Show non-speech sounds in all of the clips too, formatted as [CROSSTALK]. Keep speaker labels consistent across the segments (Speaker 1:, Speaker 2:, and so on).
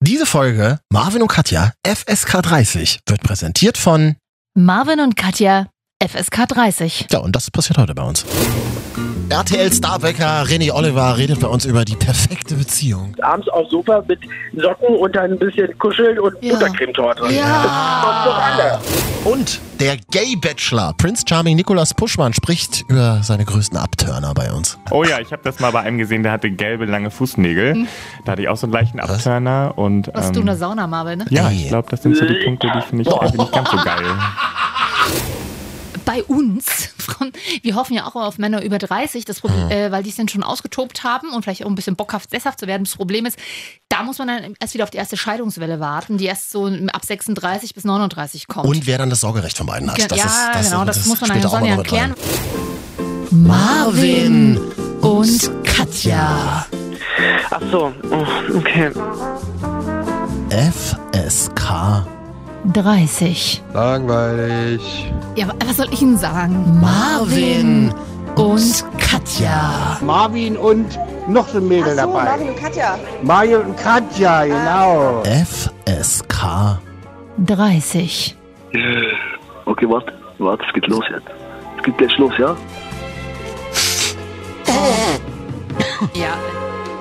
Speaker 1: Diese Folge Marvin und Katja FSK 30 wird präsentiert von
Speaker 2: Marvin und Katja, FSK 30.
Speaker 1: Ja, und das passiert heute bei uns. RTL Starbecker René Oliver redet bei uns über die perfekte Beziehung.
Speaker 3: abends aufs Sofa mit Socken und dann ein bisschen kuscheln und
Speaker 2: Ja.
Speaker 3: Buttercremetorte. Das kommt doch alle.
Speaker 1: Und der Gay Bachelor Prince Charming Nicolas Puschmann spricht über seine größten Abtörner bei uns.
Speaker 4: Oh ja, ich habe das mal bei einem gesehen, der hatte gelbe, lange Fußnägel. Da hatte ich auch so einen leichten Abturner. Und,
Speaker 2: Hm. Was
Speaker 4: ähm,
Speaker 2: du in der Sauna, Marvin, ne?
Speaker 4: Ja,
Speaker 1: Ey.
Speaker 4: ich glaube, das sind so die Punkte, die finde ich irgendwie nicht ganz so geil.
Speaker 2: Bei uns, [LAUGHS] Frauen, wir hoffen ja auch immer auf Männer über 30, das Problem, äh, weil die es dann schon ausgetobt haben und vielleicht auch ein bisschen bockhaft sesshaft zu werden. Das Problem ist, da muss man dann erst wieder auf die erste Scheidungswelle warten, die erst so ab 36 bis 39 kommt.
Speaker 1: Und wer dann das Sorgerecht von beiden hat.
Speaker 2: ja,
Speaker 1: das ist, das,
Speaker 2: genau, das, muss man dann
Speaker 1: spielt
Speaker 2: ja
Speaker 1: auch
Speaker 2: Sonja
Speaker 1: noch mit rein.
Speaker 2: erklären. Marvin und Katja.
Speaker 3: Ach so, oh, okay.
Speaker 1: FSK
Speaker 2: 30.
Speaker 5: Langweilig.
Speaker 2: Ja, wa- was soll ich Ihnen sagen? Marvin und Katja.
Speaker 6: Marvin und noch so ein Mädel
Speaker 7: Ach so,
Speaker 6: dabei.
Speaker 7: Marvin und Katja.
Speaker 6: Mario und Katja, genau.
Speaker 1: FSK
Speaker 2: 30.
Speaker 8: Okay, warte, warte, es geht los jetzt. Es geht gleich los, ja?
Speaker 2: Ja,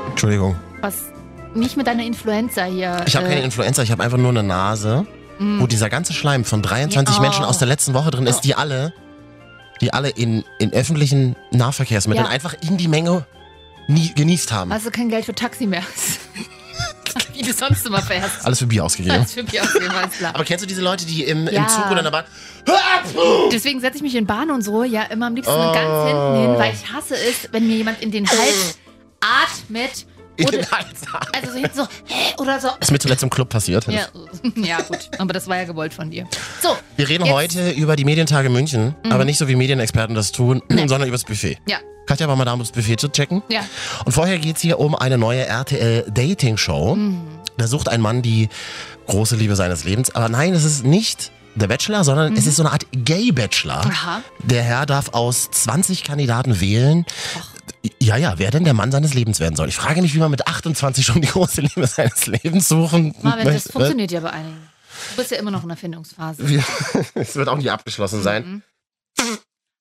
Speaker 1: Entschuldigung.
Speaker 2: was nicht mit deiner Influenza hier. äh,
Speaker 1: Ich habe keine Influenza, ich habe einfach nur eine Nase,
Speaker 2: Mhm.
Speaker 1: wo dieser ganze Schleim von 23
Speaker 2: Oh.
Speaker 1: Menschen aus der letzten Woche drin ist, die alle, die alle in, in öffentlichen Nahverkehrsmitteln
Speaker 2: Ja.
Speaker 1: einfach in die Menge nie genießt haben.
Speaker 2: Hast du also kein Geld für Taxi mehr? [LAUGHS] Wie du sonst immer fährst.
Speaker 1: Alles für Bier ausgegeben.
Speaker 2: Das für mich auch alles klar.
Speaker 1: Aber kennst du diese Leute, die im,
Speaker 2: Ja.
Speaker 1: im Zug oder in der Bahn. Hör [LAUGHS] ab!
Speaker 2: Deswegen setze ich mich in Bahn und so ja immer am liebsten
Speaker 1: Oh.
Speaker 2: ganz hinten hin, weil ich hasse es, wenn mir jemand in den Hals atmet.
Speaker 1: In
Speaker 2: Oder,
Speaker 1: den Hals ab.
Speaker 2: also so hinten so, hä? Oder so.
Speaker 1: Das Genau. ist mir zuletzt im Club passiert.
Speaker 2: Ja, [LAUGHS] ja, gut. Aber das war ja gewollt von dir. So,
Speaker 1: Wir reden
Speaker 2: Jetzt- Mhm.
Speaker 1: heute über die Medientage München, aber nicht so wie Medienexperten das tun, [CLEARS THROAT] sondern über das Buffet.
Speaker 2: ja.
Speaker 1: Katja war mal da, um das Buffet zu checken.
Speaker 2: Ja.
Speaker 1: Und vorher geht's hier um eine neue RTL-Dating-Show.
Speaker 2: Mhm.
Speaker 1: Da sucht ein Mann die große Liebe seines Lebens. Aber nein, es ist nicht der Bachelor, sondern
Speaker 2: Mhm.
Speaker 1: es ist so eine Art Gay-Bachelor.
Speaker 2: Aha.
Speaker 1: Der Herr darf aus 20 Kandidaten wählen. Ja, ja, wer denn der Mann seines Lebens werden soll. Ich frage mich, wie man mit 28 schon die große Liebe seines Lebens suchen
Speaker 2: Marvin, das
Speaker 1: möchte.
Speaker 2: funktioniert ja bei einigen. Du bist ja immer noch in der Findungsphase.
Speaker 1: Wir- [LAUGHS] Es wird auch nie abgeschlossen sein.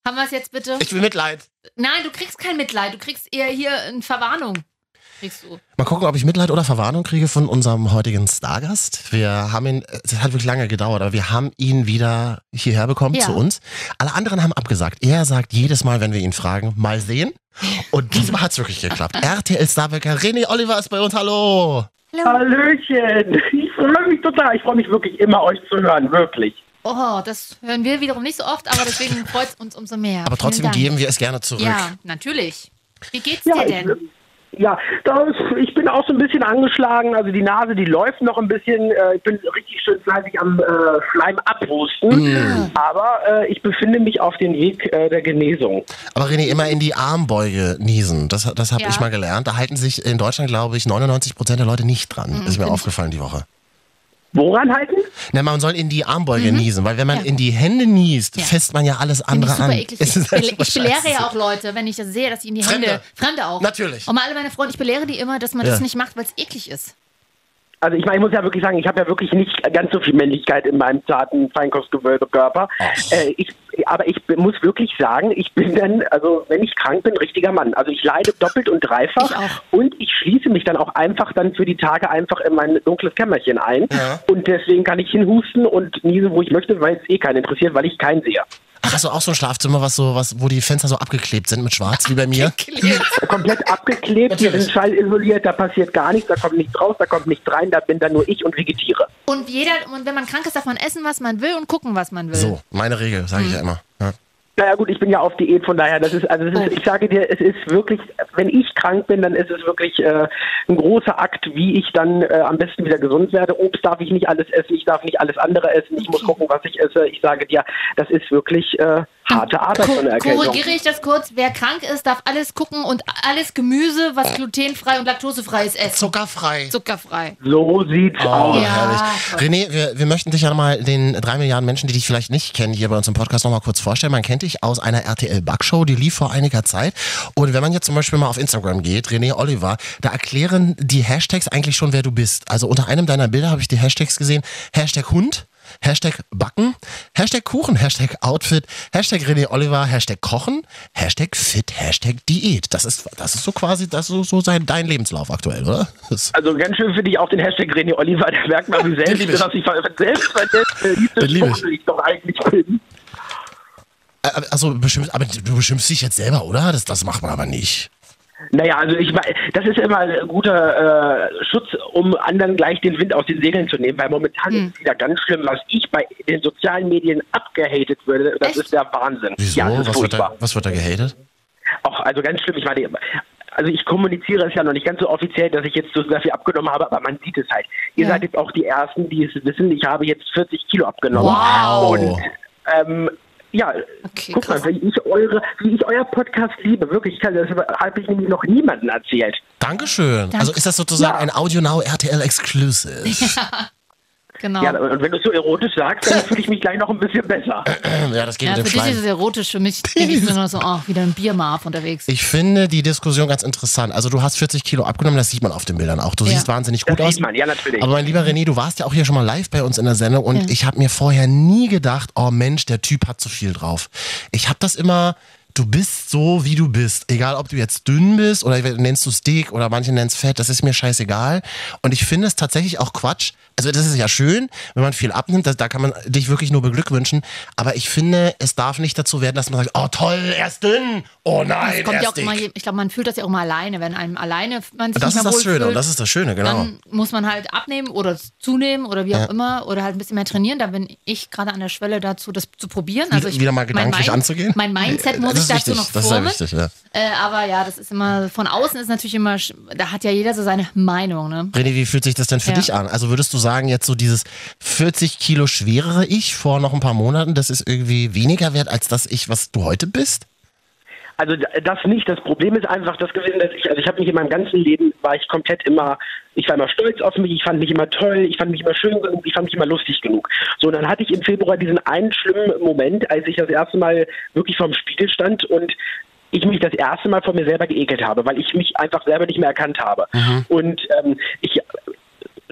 Speaker 2: Haben wir es jetzt bitte?
Speaker 1: Ich will Mitleid.
Speaker 2: Nein, du kriegst kein Mitleid. Du kriegst eher hier eine Verwarnung. Kriegst du.
Speaker 1: Mal gucken, ob ich Mitleid oder Verwarnung kriege von unserem heutigen Stargast. Wir haben ihn, es hat wirklich lange gedauert, aber wir haben ihn wieder hierher bekommen
Speaker 2: Ja.
Speaker 1: zu uns. Alle anderen haben abgesagt. Er sagt jedes Mal, wenn wir ihn fragen, mal sehen. Und diesmal hat es wirklich
Speaker 2: [LAUGHS]
Speaker 1: geklappt. RTL Starbecker René Oliver ist bei uns. Hallo.
Speaker 3: Hallöchen. Ich freue mich total. Ich freue mich wirklich immer, euch zu hören. Wirklich.
Speaker 2: Oh, das hören wir wiederum nicht so oft, aber
Speaker 3: [LAUGHS]
Speaker 2: deswegen freut es uns umso mehr.
Speaker 1: Aber trotzdem
Speaker 2: Vielen Dank.
Speaker 1: geben wir es gerne zurück.
Speaker 2: Ja, natürlich. Wie geht's
Speaker 3: Ja,
Speaker 2: dir
Speaker 3: ich,
Speaker 2: denn?
Speaker 3: ja das, ich bin auch so ein bisschen angeschlagen. Also die Nase, die läuft noch ein bisschen. Äh, Ich bin richtig schön fleißig am äh, Schleim abhusten. Aber äh, ich befinde mich auf dem Weg äh, der Genesung.
Speaker 1: Aber René, immer in die Armbeuge niesen. Das, das habe
Speaker 2: Ja.
Speaker 1: ich mal gelernt. Da halten sich in Deutschland, glaube ich, 99 Prozent der Leute nicht dran.
Speaker 2: Mhm.
Speaker 1: Ist mir aufgefallen die Woche.
Speaker 3: Woran halten?
Speaker 1: Na, man soll in die Armbeuge niesen, weil wenn man in die Hände niest,
Speaker 2: Mhm. Ja.
Speaker 1: fest man ja alles
Speaker 2: Finde
Speaker 1: andere
Speaker 2: ich super
Speaker 1: an.
Speaker 2: eklig.
Speaker 1: Es
Speaker 2: Ich,
Speaker 1: ist
Speaker 2: bele-
Speaker 1: einfach
Speaker 2: ich belehre
Speaker 1: scheiße.
Speaker 2: ja auch Leute, wenn ich das sehe, dass sie in die
Speaker 1: Fremde.
Speaker 2: Hände. Fremde auch.
Speaker 1: Natürlich.
Speaker 2: Und mal alle meine Freunde, ich belehre die immer, dass man das
Speaker 1: Ja.
Speaker 2: nicht macht, weil es eklig ist.
Speaker 3: Also ich meine, ich muss ja wirklich sagen, ich habe ja wirklich nicht ganz so viel Männlichkeit in meinem zarten Feinkostgewölbekörper. Äh, ich, aber ich bin- muss wirklich sagen, ich bin dann, also wenn ich krank bin, richtiger Mann. Also ich leide doppelt und dreifach
Speaker 2: Ich auch.
Speaker 3: und ich schließe mich dann auch einfach dann für die Tage einfach in mein dunkles Kämmerchen ein. Und deswegen kann ich hinhusten und niesen, wo ich möchte, weil es eh keinen interessiert, weil ich keinen sehe.
Speaker 1: Ach, hast du auch so ein Schlafzimmer, was so, was, wo die Fenster so abgeklebt sind mit
Speaker 2: [LAUGHS]
Speaker 1: Schwarz, wie bei mir?
Speaker 3: Komplett abgeklebt, wir sind schallisoliert, da passiert gar nichts, da kommt nichts raus, da kommt nichts rein, da bin dann nur ich und vegetiere.
Speaker 2: Und jeder, und wenn man krank ist, darf man essen, was man will und gucken, was man will.
Speaker 1: So, meine Regel, sage ich
Speaker 2: Mhm.
Speaker 1: ja immer. Ja.
Speaker 3: Naja gut, ich bin ja auf Diät, von daher, das ist, also das ist, ich sage dir, es ist wirklich, wenn ich krank bin, dann ist es wirklich äh, ein großer Akt, wie ich dann äh, am besten wieder gesund werde. Obst darf ich nicht alles essen, ich darf nicht alles andere essen, ich muss gucken, was ich esse. Ich sage dir, das ist wirklich äh, harte Arbeit von der Erkältung.
Speaker 2: Korrigiere ich das kurz. Wer krank ist, darf alles gucken und alles Gemüse, was glutenfrei und laktosefrei ist, essen.
Speaker 1: Zuckerfrei.
Speaker 2: Zuckerfrei.
Speaker 3: So sieht's
Speaker 1: Oh,
Speaker 3: aus.
Speaker 2: Ja,
Speaker 1: herrlich. René, wir, wir möchten dich ja nochmal den drei Milliarden Menschen, die dich vielleicht nicht kennen, hier bei uns im Podcast nochmal kurz vorstellen. Man kennt dich aus einer RTL-Backshow, die lief vor einiger Zeit. Und wenn man jetzt zum Beispiel mal auf Instagram geht, René Oliver, da erklären die Hashtags eigentlich schon, wer du bist. Also unter einem deiner Bilder habe ich die Hashtags gesehen. Hashtag Hund. Hashtag Backen, Hashtag Kuchen, Hashtag Outfit, Hashtag René Oliver, Hashtag Kochen, Hashtag Fit, Hashtag Diät. Das ist, das ist so quasi, das ist so, so sein, dein Lebenslauf aktuell, oder? Das,
Speaker 3: Also ganz schön finde ich auch den Hashtag René Oliver, da merkt man, wie selbst,
Speaker 1: lieb ich.
Speaker 3: dass ich ver- selbst
Speaker 1: Den lieb ich.
Speaker 3: verletzt ich doch eigentlich bin.
Speaker 1: Äh, Also beschimpft, aber du beschimpfst dich jetzt selber, oder? Das, das macht man aber nicht.
Speaker 3: Naja, also ich mein, das ist immer ein guter äh, Schutz, um anderen gleich den Wind aus den Segeln zu nehmen, weil momentan
Speaker 2: Hm.
Speaker 3: ist wieder ganz schlimm, was ich bei den sozialen Medien abgehatet würde, das
Speaker 2: Echt?
Speaker 3: ist der Wahnsinn.
Speaker 1: Wieso?
Speaker 3: Ja, das
Speaker 1: was,
Speaker 3: ist
Speaker 1: wird
Speaker 3: furchtbar.
Speaker 1: da, was wird da gehatet?
Speaker 3: Auch, also ganz schlimm, ich meine, also ich kommuniziere es ja noch nicht ganz so offiziell, dass ich jetzt so sehr viel abgenommen habe, aber man sieht es halt. Ihr
Speaker 2: Ja.
Speaker 3: seid jetzt auch die Ersten, die es wissen. Ich habe jetzt 40 Kilo abgenommen.
Speaker 2: Wow.
Speaker 3: Und ähm, ja,
Speaker 2: Okay,
Speaker 3: guck
Speaker 2: krass.
Speaker 3: mal, wie ich, eure, wie ich euer Podcast liebe. Wirklich, ich kann- das habe ich nämlich noch niemandem erzählt.
Speaker 1: Dankeschön. Also ist das sozusagen ein Audio Now RTL
Speaker 3: [LAUGHS]
Speaker 1: Exclusive?
Speaker 2: Genau.
Speaker 3: Ja, und wenn du es so erotisch sagst, dann fühle ich mich gleich noch ein bisschen besser.
Speaker 1: ja, das geht
Speaker 2: Ja,
Speaker 1: mit
Speaker 2: für
Speaker 1: dem
Speaker 2: dich ist es
Speaker 1: Schleim.
Speaker 2: erotisch, für mich denke ich mir nur so, oh, wieder ein Biermarf unterwegs.
Speaker 1: Ich finde die Diskussion ganz interessant. Also du hast 40 Kilo abgenommen, das sieht man auf den Bildern auch. Du
Speaker 2: Ja.
Speaker 1: siehst wahnsinnig
Speaker 3: Das
Speaker 1: gut aus.
Speaker 3: sieht man, ja, natürlich.
Speaker 1: Aber mein lieber René, du warst ja auch hier schon mal live bei uns in der Sendung und
Speaker 2: Ja.
Speaker 1: ich habe mir vorher nie gedacht, oh Mensch, der Typ hat zu viel drauf. Ich habe das immer, du bist so, wie du bist. Egal, ob du jetzt dünn bist oder nennst du Steak oder manche nennen es Fett, das ist mir scheißegal. Und ich finde es tatsächlich auch Quatsch. Also das ist ja schön, wenn man viel abnimmt, da, da kann man dich wirklich nur beglückwünschen. Aber ich finde, es darf nicht dazu werden, dass man sagt, oh toll, er ist dünn, oh nein,
Speaker 2: kommt
Speaker 1: er ist
Speaker 2: ja auch immer,
Speaker 1: dick.
Speaker 2: ich glaube, man fühlt das ja auch mal alleine, wenn einem alleine man sich
Speaker 1: Das
Speaker 2: nicht
Speaker 1: ist
Speaker 2: mehr
Speaker 1: das Schöne und
Speaker 2: wohlfühlt,
Speaker 1: das ist das Schöne, genau.
Speaker 2: Dann muss man halt abnehmen oder zunehmen oder wie auch immer oder halt ein bisschen mehr trainieren. Da bin ich gerade an der Schwelle dazu, das zu probieren. Also ich,
Speaker 1: wieder mal gedanklich
Speaker 2: mein
Speaker 1: anzugehen?
Speaker 2: Mein Mindset muss
Speaker 1: das ist
Speaker 2: ich dazu
Speaker 1: wichtig,
Speaker 2: noch
Speaker 1: das ist sehr
Speaker 2: formen.
Speaker 1: wichtig, ja.
Speaker 2: Äh, aber ja, das ist immer, von außen ist natürlich immer, sch- da hat ja jeder so seine Meinung, ne?
Speaker 1: René, wie fühlt sich das denn für
Speaker 2: Ja.
Speaker 1: dich an? Also würdest du sagen, jetzt so dieses 40 Kilo schwerere Ich vor noch ein paar Monaten, das ist irgendwie weniger wert als das Ich, was du heute bist?
Speaker 3: Also d- das nicht. Das Problem ist einfach das gewesen, dass ich, also ich habe mich in meinem ganzen Leben, war ich komplett immer, ich war immer stolz auf mich, ich fand mich immer toll, ich fand mich immer schön genug, ich fand mich immer lustig genug. So, und dann hatte ich im Februar diesen einen schlimmen Moment, als ich das erste Mal wirklich vorm Spiegel stand und ich mich das erste Mal von mir selber geekelt habe, weil ich mich einfach selber nicht mehr erkannt habe. Und ähm, ich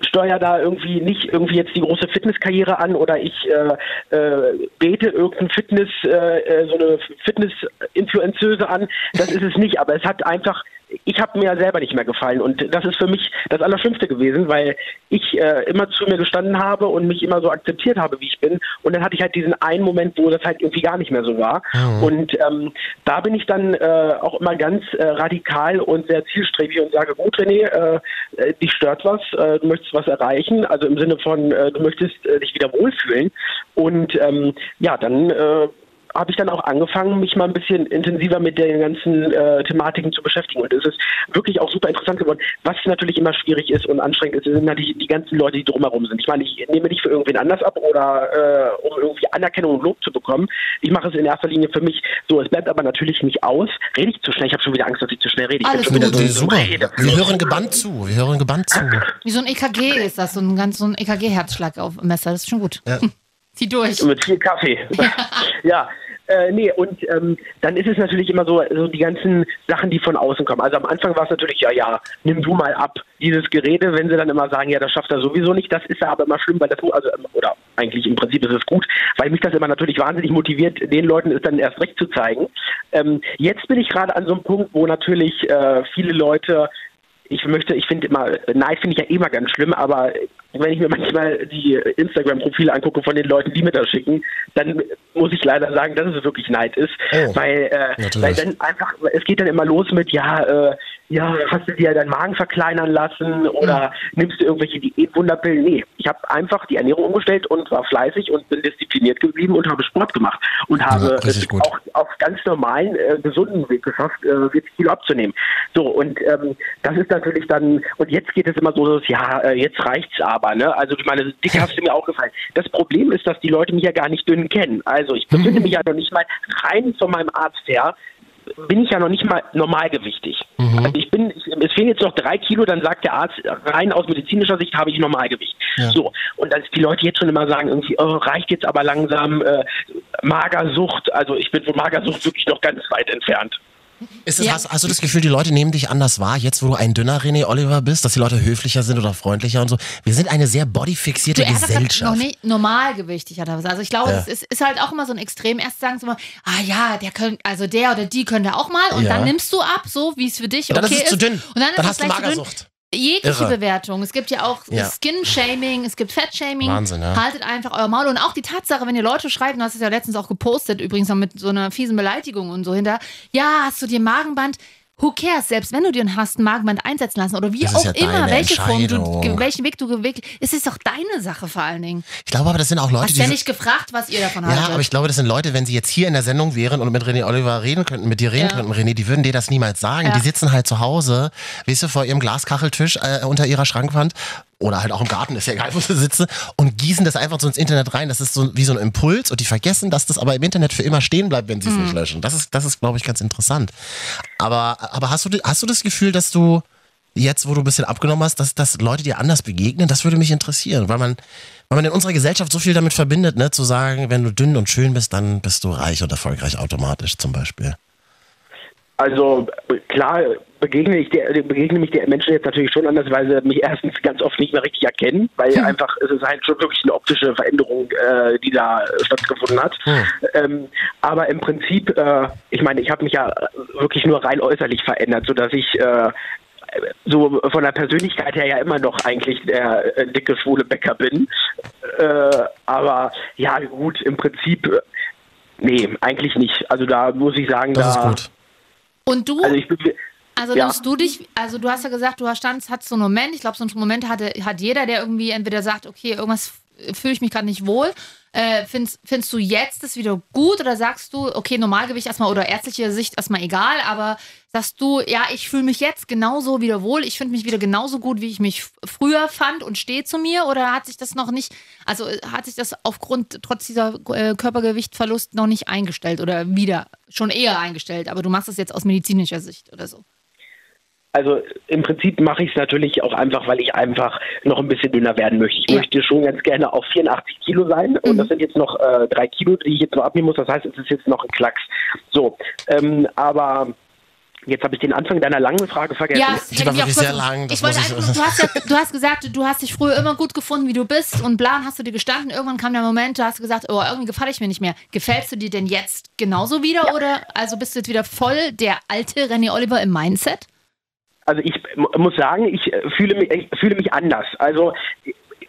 Speaker 3: steuere da irgendwie nicht irgendwie jetzt die große Fitnesskarriere an oder ich äh, äh, bete irgendein Fitness, äh, äh, so eine Fitness-Influenzeuse an. Das ist es nicht, aber es hat einfach, ich habe mir ja selber nicht mehr gefallen und das ist für mich das Allerschlimmste gewesen, weil ich äh, immer zu mir gestanden habe und mich immer so akzeptiert habe, wie ich bin und dann hatte ich halt diesen einen Moment, wo das halt irgendwie gar nicht mehr so war und ähm, da bin ich dann äh, auch immer ganz äh, radikal und sehr zielstrebig und sage, gut René, äh, äh, dich stört was, äh, du möchtest was erreichen, also im Sinne von, äh, du möchtest äh, dich wieder wohlfühlen. Und ähm, ja, dann äh, habe ich dann auch angefangen, mich mal ein bisschen intensiver mit den ganzen äh, Thematiken zu beschäftigen. Und es ist wirklich auch super interessant geworden, was natürlich immer schwierig ist und anstrengend ist, sind natürlich die ganzen Leute, die drumherum sind. Ich meine, ich nehme nicht für irgendwen anders ab oder äh, um irgendwie Anerkennung und Lob zu bekommen. Ich mache es in erster Linie für mich so. Es bleibt aber natürlich nicht aus. Rede ich zu schnell? Ich habe schon wieder Angst, dass ich zu schnell rede. Ich
Speaker 2: Alles
Speaker 3: bin schon
Speaker 2: gut.
Speaker 3: wieder
Speaker 1: Nee,
Speaker 3: so
Speaker 1: super. Wir hören gebannt zu. Wir hören gebannt zu.
Speaker 2: Wie so ein EKG ist das, so ein ganz so ein EKG-Herzschlag auf dem Messer, das ist schon gut.
Speaker 1: Ja.
Speaker 2: [LAUGHS] Zieh durch.
Speaker 3: Mit viel Kaffee. [LAUGHS] ja. Äh, nee, und ähm, dann ist es natürlich immer so, so die ganzen Sachen, die von außen kommen. Also am Anfang war es natürlich, ja, ja, nimm du mal ab, dieses Gerede, wenn sie dann immer sagen, ja, das schafft er sowieso nicht, das ist ja aber immer schlimm, weil das, also, ähm, oder eigentlich im Prinzip ist es gut, weil mich das immer natürlich wahnsinnig motiviert, den Leuten es dann erst recht zu zeigen. Ähm, jetzt bin ich gerade an so einem Punkt, wo natürlich äh, viele Leute ich möchte, ich finde immer, Neid finde ich ja immer ganz schlimm, aber wenn ich mir manchmal die Instagram-Profile angucke von den Leuten, die mir das schicken, dann muss ich leider sagen, dass es wirklich Neid ist,
Speaker 1: Oh,
Speaker 3: weil, äh,
Speaker 1: natürlich.
Speaker 3: weil dann einfach, es geht dann immer los mit, ja, äh, ja, hast du dir deinen Magen verkleinern lassen oder
Speaker 1: Mhm.
Speaker 3: nimmst du irgendwelche Diätwunderpillen? Nee, ich habe einfach die Ernährung umgestellt und war fleißig und bin diszipliniert geblieben und habe Sport gemacht und habe
Speaker 1: richtig
Speaker 3: es
Speaker 1: gut.
Speaker 3: auch auf ganz normalen, äh, gesunden Weg geschafft, äh, 40 Kilo abzunehmen. So, und ähm, das ist natürlich dann, und jetzt geht es immer so, dass, ja, äh, jetzt reicht's aber, ne? Also ich meine, dick hast du mir auch gefallen. Das Problem ist, dass die Leute mich ja gar nicht dünn kennen. Also ich befinde mich ja noch nicht mal rein von meinem Arzt her, bin ich ja noch nicht mal normalgewichtig. Also ich bin, ich- es fehlen jetzt noch drei Kilo, dann sagt der Arzt, rein aus medizinischer Sicht habe ich Normalgewicht. So. Und dass die Leute jetzt schon immer sagen, irgendwie, oh, reicht jetzt aber langsam äh, Magersucht. Also ich bin von Magersucht wirklich noch ganz weit entfernt.
Speaker 1: Ist das,
Speaker 2: Ja.
Speaker 1: hast, hast du das Gefühl, die Leute nehmen dich anders wahr, jetzt wo du ein dünner René Oliver bist, dass die Leute höflicher sind oder freundlicher und so? Wir sind eine sehr bodyfixierte
Speaker 2: Du, er hat das halt noch
Speaker 1: Gesellschaft.
Speaker 2: nicht normalgewichtig hat er was. Also ich glaube, es ist, ist halt auch immer so ein Extrem. Erst sagen sie mal, ah ja, der könnt, also der oder die könnte auch mal und
Speaker 1: Ja.
Speaker 2: dann nimmst du ab, so wie es für dich
Speaker 1: Und dann
Speaker 2: okay
Speaker 1: ist es zu dünn.
Speaker 2: Und dann, ist es
Speaker 1: hast du
Speaker 2: gleich zu dünn.
Speaker 1: Magersucht.
Speaker 2: Jegliche
Speaker 1: Irre.
Speaker 2: Bewertung. Es gibt ja auch
Speaker 1: Ja.
Speaker 2: Skin-Shaming, es gibt Fett-Shaming.
Speaker 1: Wahnsinn, ja.
Speaker 2: Haltet einfach euer Maul. Und auch die Tatsache, wenn ihr Leute schreibt, du hast es ja letztens auch gepostet, übrigens noch mit so einer fiesen Beleidigung und so hinter. Ja, hast du dir ein Magenband? Who cares? Selbst wenn du dir hast ein Magenband einsetzen lassen oder wie
Speaker 1: Das ist
Speaker 2: auch
Speaker 1: ja
Speaker 2: immer,
Speaker 1: deine
Speaker 2: welche Form du,
Speaker 1: Entscheidung.
Speaker 2: ge- welchen Weg du gewählt, es ist doch deine Sache vor allen Dingen.
Speaker 1: Ich glaube aber, das sind auch Leute,
Speaker 2: Hast ja
Speaker 1: die.
Speaker 2: nicht gefragt, was ihr davon
Speaker 1: Ja, aber
Speaker 2: haltet.
Speaker 1: ich glaube, das sind Leute, wenn sie jetzt hier in der Sendung wären und mit René Oliver reden könnten, mit dir reden
Speaker 2: Ja.
Speaker 1: könnten, René, die würden dir das niemals sagen.
Speaker 2: Ja.
Speaker 1: Die sitzen halt zu Hause, weißt du, vor ihrem Glaskacheltisch äh, unter ihrer Schrankwand oder halt auch im Garten, ist ja egal, wo sie sitzen, und gießen das einfach so ins Internet rein. Das ist so wie so ein Impuls und die vergessen, dass das aber im Internet für immer stehen bleibt, wenn sie es nicht löschen. Das ist, das ist, glaube ich, ganz interessant. Aber, aber hast, du, die- hast du das Gefühl, dass du jetzt, wo du ein bisschen abgenommen hast, dass, dass Leute dir anders begegnen? Das würde mich interessieren, weil man, weil man in unserer Gesellschaft so viel damit verbindet, ne, zu sagen, wenn du dünn und schön bist, dann bist du reich und erfolgreich automatisch zum Beispiel.
Speaker 3: Also äh, klar begegne ich der, begegne mich der Menschen jetzt natürlich schon anders, weil sie mich erstens ganz oft nicht mehr richtig erkennen, weil
Speaker 1: Hm.
Speaker 3: einfach es ist halt schon wirklich eine optische Veränderung, äh, die da stattgefunden hat.
Speaker 1: Hm.
Speaker 3: Ähm, aber im Prinzip, äh, ich meine, ich habe mich ja äh, wirklich nur rein äußerlich verändert, sodass ich äh, so von der Persönlichkeit her ja immer noch eigentlich der äh, dicke, schwule Bäcker bin. Äh, aber ja, gut, im Prinzip, äh, nee, eigentlich nicht. Also da muss ich sagen,
Speaker 1: Das ist
Speaker 3: da.
Speaker 1: gut.
Speaker 2: Und du,
Speaker 3: Also ich bin,
Speaker 2: also
Speaker 3: ja.
Speaker 2: nimmst du dich, also du hast ja gesagt, du hast standst, hattest so einen Moment, ich glaube, so einen Moment hatte, hat jeder, der irgendwie entweder sagt, okay, irgendwas f- fühle ich mich gerade nicht wohl. Äh, findest, findest du jetzt das wieder gut oder sagst du, okay, Normalgewicht erstmal oder ärztliche Sicht erstmal egal, aber sagst du, ja, ich fühle mich jetzt genauso wieder wohl, ich finde mich wieder genauso gut, wie ich mich f- früher fand und stehe zu mir oder hat sich das noch nicht, also äh, hat sich das aufgrund trotz dieser äh, Körpergewichtverlust noch nicht eingestellt oder wieder schon eher eingestellt, aber du machst es jetzt aus medizinischer Sicht oder so.
Speaker 3: Also im Prinzip mache ich es natürlich auch einfach, weil ich einfach noch ein bisschen dünner werden möchte. Ich
Speaker 2: Ja. Mhm.
Speaker 3: möchte schon ganz gerne auf 84 Kilo sein und das sind jetzt noch äh, drei Kilo, die ich jetzt noch abnehmen muss. Das heißt, es ist jetzt noch ein Klacks. So, ähm, aber jetzt habe ich den Anfang deiner langen Frage vergessen.
Speaker 2: Ja, es
Speaker 1: Die
Speaker 2: hätte
Speaker 1: war
Speaker 2: ich auch
Speaker 1: wirklich
Speaker 2: kurz-
Speaker 1: sehr lang, das
Speaker 2: Ich wollte
Speaker 1: muss ich-
Speaker 2: einfach, nur- du, hast ja, du hast gesagt, du hast dich früher immer gut gefunden, wie du bist und blan hast du dir gestanden. Irgendwann kam der Moment, da hast du gesagt, oh, irgendwie gefalle ich mir nicht mehr. Gefällst du dir denn jetzt genauso wieder oder also bist du jetzt wieder voll der alte René Oliver im Mindset?
Speaker 3: also ich mu- muss sagen, ich äh, fühle mich, ich fühle mich anders. Also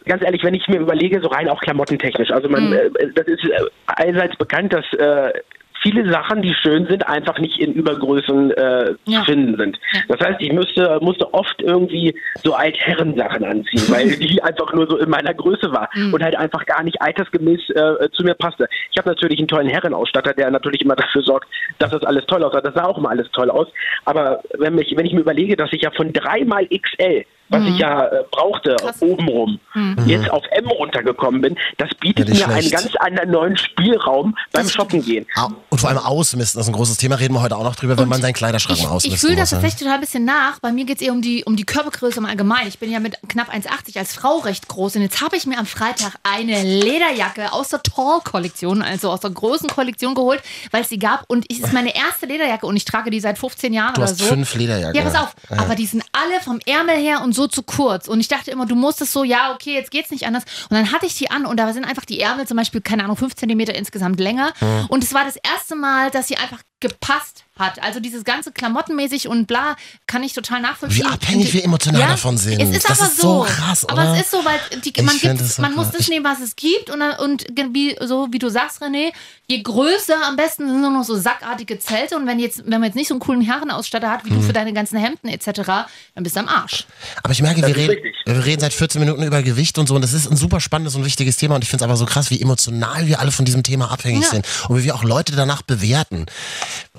Speaker 3: ganz ehrlich, wenn ich mir überlege, so rein auch klamottentechnisch. Also man, äh, das ist äh, allseits bekannt, dass äh, viele Sachen, die schön sind, einfach nicht in Übergrößen äh,
Speaker 2: Ja.
Speaker 3: zu finden sind. Das heißt, ich müsste, musste oft irgendwie so Altherrensachen anziehen, weil
Speaker 2: [LAUGHS]
Speaker 3: die einfach nur so in meiner Größe war
Speaker 2: Mhm.
Speaker 3: und halt einfach gar nicht altersgemäß äh, zu mir passte. Ich habe natürlich einen tollen Herrenausstatter, der natürlich immer dafür sorgt, dass das alles toll aussah. Das sah auch immer alles toll aus. Aber wenn, mich, wenn ich mir überlege, dass ich ja von dreimal XL, was ich ja äh, brauchte,
Speaker 2: Mhm. Krass. Mhm.
Speaker 3: obenrum, jetzt auf M runtergekommen bin, das bietet
Speaker 1: Ja, nicht
Speaker 3: mir einen
Speaker 1: schlecht.
Speaker 3: ganz anderen neuen Spielraum beim Shoppen gehen.
Speaker 1: Au- Und vor allem ausmisten, das ist ein großes Thema, reden wir heute auch noch drüber, wenn man seinen Kleiderschrank
Speaker 2: Ich,
Speaker 1: ausmisst.
Speaker 2: ich fühle
Speaker 1: muss,
Speaker 2: das
Speaker 1: ne?
Speaker 2: tatsächlich total ein bisschen nach. Bei mir geht es eher um die, um die Körpergröße im Allgemeinen. Ich bin ja mit knapp 1,80 als Frau recht groß. Und jetzt habe ich mir am Freitag eine Lederjacke aus der Tall-Kollektion, also aus der großen Kollektion geholt, weil es die gab. Und es ist meine erste Lederjacke und ich trage die seit 15 Jahren
Speaker 1: Du
Speaker 2: oder
Speaker 1: hast
Speaker 2: so.
Speaker 1: fünf genau. Lederjacken.
Speaker 2: Ja, pass auf. Aber die sind alle vom Ärmel her und so zu kurz. Und ich dachte immer, du musst es so, ja, okay, jetzt geht's nicht anders. Und dann hatte ich die an
Speaker 1: Hm.
Speaker 2: und da sind einfach die Ärmel zum Beispiel, keine Ahnung, 5 Zentimeter insgesamt länger. Und es war das erste Mal, dass sie einfach gepasst hat. Also dieses ganze Klamottenmäßig und bla kann ich total
Speaker 1: Wie
Speaker 2: nachvollziehen.
Speaker 1: abhängig wir emotional davon sind.
Speaker 2: Es ist
Speaker 1: Das
Speaker 2: aber
Speaker 1: ist so
Speaker 2: so.
Speaker 1: krass,
Speaker 2: aber
Speaker 1: oder?
Speaker 2: es ist so, weil die,
Speaker 1: Ich
Speaker 2: man,
Speaker 1: find
Speaker 2: gibt,
Speaker 1: das so
Speaker 2: man muss
Speaker 1: krass.
Speaker 2: das nehmen, was es gibt und, dann- und wie, so wie du sagst, René, je größer am besten sind nur noch so sackartige Zelte und wenn jetzt wenn man jetzt nicht so einen coolen Herrenausstatter hat wie
Speaker 1: Hm.
Speaker 2: du für deine ganzen Hemden etc., dann bist du am Arsch.
Speaker 1: Aber ich merke, wir
Speaker 3: ist
Speaker 1: reden,
Speaker 3: richtig.
Speaker 1: wir reden seit 14 Minuten über Gewicht und so. Und das ist ein super spannendes und wichtiges Thema. Und ich finde es aber so krass, wie emotional wir alle von diesem Thema abhängig
Speaker 2: Ja.
Speaker 1: sind. Und wie wir auch Leute danach bewerten.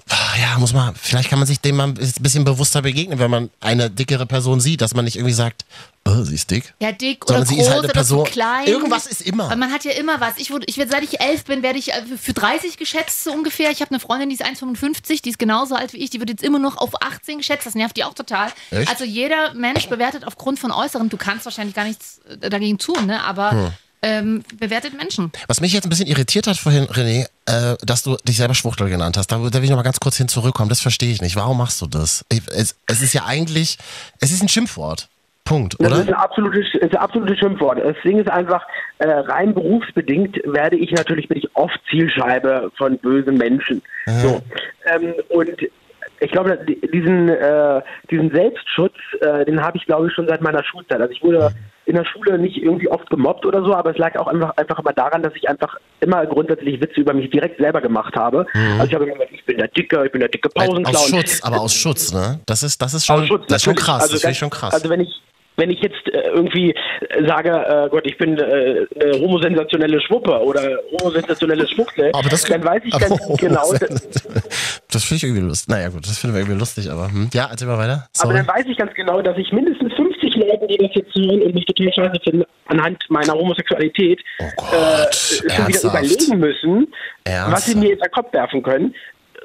Speaker 1: Ah, Ja, muss man, vielleicht kann man sich dem mal ein bisschen bewusster begegnen, wenn man eine dickere Person sieht, dass man nicht irgendwie sagt, oh, sie ist dick.
Speaker 2: Ja, dick
Speaker 1: Sondern
Speaker 2: oder
Speaker 1: sie
Speaker 2: groß
Speaker 1: ist halt eine
Speaker 2: oder so
Speaker 1: Person-
Speaker 2: klein.
Speaker 1: Irgendwas ist immer.
Speaker 2: Weil man hat ja immer was. Ich wurde, ich werde, seit ich elf bin, werde ich äh, für 30 geschätzt, so ungefähr. Ich habe eine Freundin, die ist 1,55, die ist genauso alt wie ich, die wird jetzt immer noch auf 18 geschätzt. Das nervt die auch total.
Speaker 1: Echt?
Speaker 2: Also jeder Mensch bewertet aufgrund von Äußerem. Du kannst wahrscheinlich gar nichts äh, dagegen tun, ne? aber
Speaker 1: Hm.
Speaker 2: ähm, bewertet Menschen.
Speaker 1: Was mich jetzt ein bisschen irritiert hat vorhin, René, äh, dass du dich selber Schwuchtel genannt hast. Da, da will ich nochmal ganz kurz hin zurückkommen. Das verstehe ich nicht. Warum machst du das? Ich, es, es ist ja eigentlich, es ist ein Schimpfwort. Punkt,
Speaker 3: Das
Speaker 1: oder?
Speaker 3: ist ein absolutes, ist ein absolutes Schimpfwort. Das Ding ist einfach, äh, rein berufsbedingt werde ich natürlich, bin ich oft Zielscheibe von bösen Menschen. So. Ähm, und ich glaube, diesen, äh, diesen Selbstschutz, äh, den habe ich, glaube ich, schon seit meiner Schulzeit. Also ich wurde in der Schule nicht irgendwie oft gemobbt oder so, aber es lag auch einfach, einfach immer daran, dass ich einfach immer grundsätzlich Witze über mich direkt selber gemacht habe. Also ich habe immer gesagt, ich bin der Dicke, ich bin der dicke Pausenclown.
Speaker 1: Äh, Aus Mhm. Schutz, aber aus Schutz, ne? Das ist, das ist schon,
Speaker 3: Aus Schutz,
Speaker 1: das ist schon
Speaker 3: natürlich.
Speaker 1: krass. das finde ich
Speaker 3: ganz-
Speaker 1: schon krass.
Speaker 3: Also wenn ich wenn ich jetzt äh, irgendwie äh, sage, äh, Gott, ich bin äh, eine homosensationelle Schwuppe oder homosensationelles Schwuchtel,
Speaker 1: aber das
Speaker 3: dann weiß
Speaker 1: [LAUGHS]
Speaker 3: ich
Speaker 1: aber-
Speaker 3: ganz genau, dass-
Speaker 1: Das [LAUGHS] finde ich irgendwie lustig. Naja, gut, das finden wir irgendwie lustig, aber hm. ja, erzähl mal weiter.
Speaker 3: aber
Speaker 1: Sorry.
Speaker 3: dann weiß ich ganz genau, dass ich mindestens 50 Leuten, die das jetzt hören und mich total scheiße finden, anhand meiner Homosexualität
Speaker 1: Oh Gott,
Speaker 3: äh, schon wieder
Speaker 1: ernsthaft?
Speaker 3: überlegen müssen, was
Speaker 1: Ernsthaft?
Speaker 3: sie mir jetzt an den Kopf werfen können,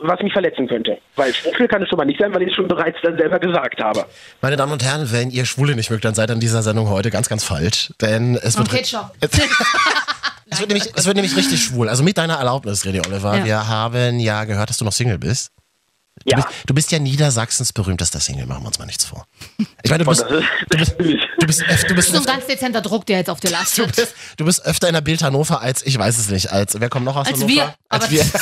Speaker 3: was mich verletzen könnte. Weil Schwuchtel kann es schon mal nicht sein, weil ich es schon bereits dann selber gesagt habe.
Speaker 1: Meine Damen und Herren, wenn ihr Schwule nicht mögt, dann seid ihr in dieser Sendung heute ganz, ganz falsch. Denn es wird.
Speaker 2: Okay, ciao.
Speaker 1: Es wird, nämlich, es wird nämlich richtig schwul. Also mit deiner Erlaubnis, René Oliver.
Speaker 2: Ja.
Speaker 1: Wir haben ja gehört, dass du noch Single bist.
Speaker 3: Ja.
Speaker 1: Du, bist, du bist ja Niedersachsens berühmtester Single, machen wir uns mal nichts vor. Ich meine, du
Speaker 3: Und
Speaker 1: bist,
Speaker 3: das ist,
Speaker 1: du bist,
Speaker 3: das ist
Speaker 1: du bist, öf- du bist,
Speaker 2: [LAUGHS] So ein
Speaker 1: öfter,
Speaker 2: ganz dezenter Druck, der jetzt auf dir
Speaker 1: du,
Speaker 2: lastet.
Speaker 1: bist, du bist öfter in der Bild Hannover als, ich weiß es nicht, als, wer kommt noch aus
Speaker 2: Als
Speaker 1: Hannover?
Speaker 2: wir,
Speaker 1: Als
Speaker 2: aber-
Speaker 1: wir. [LAUGHS]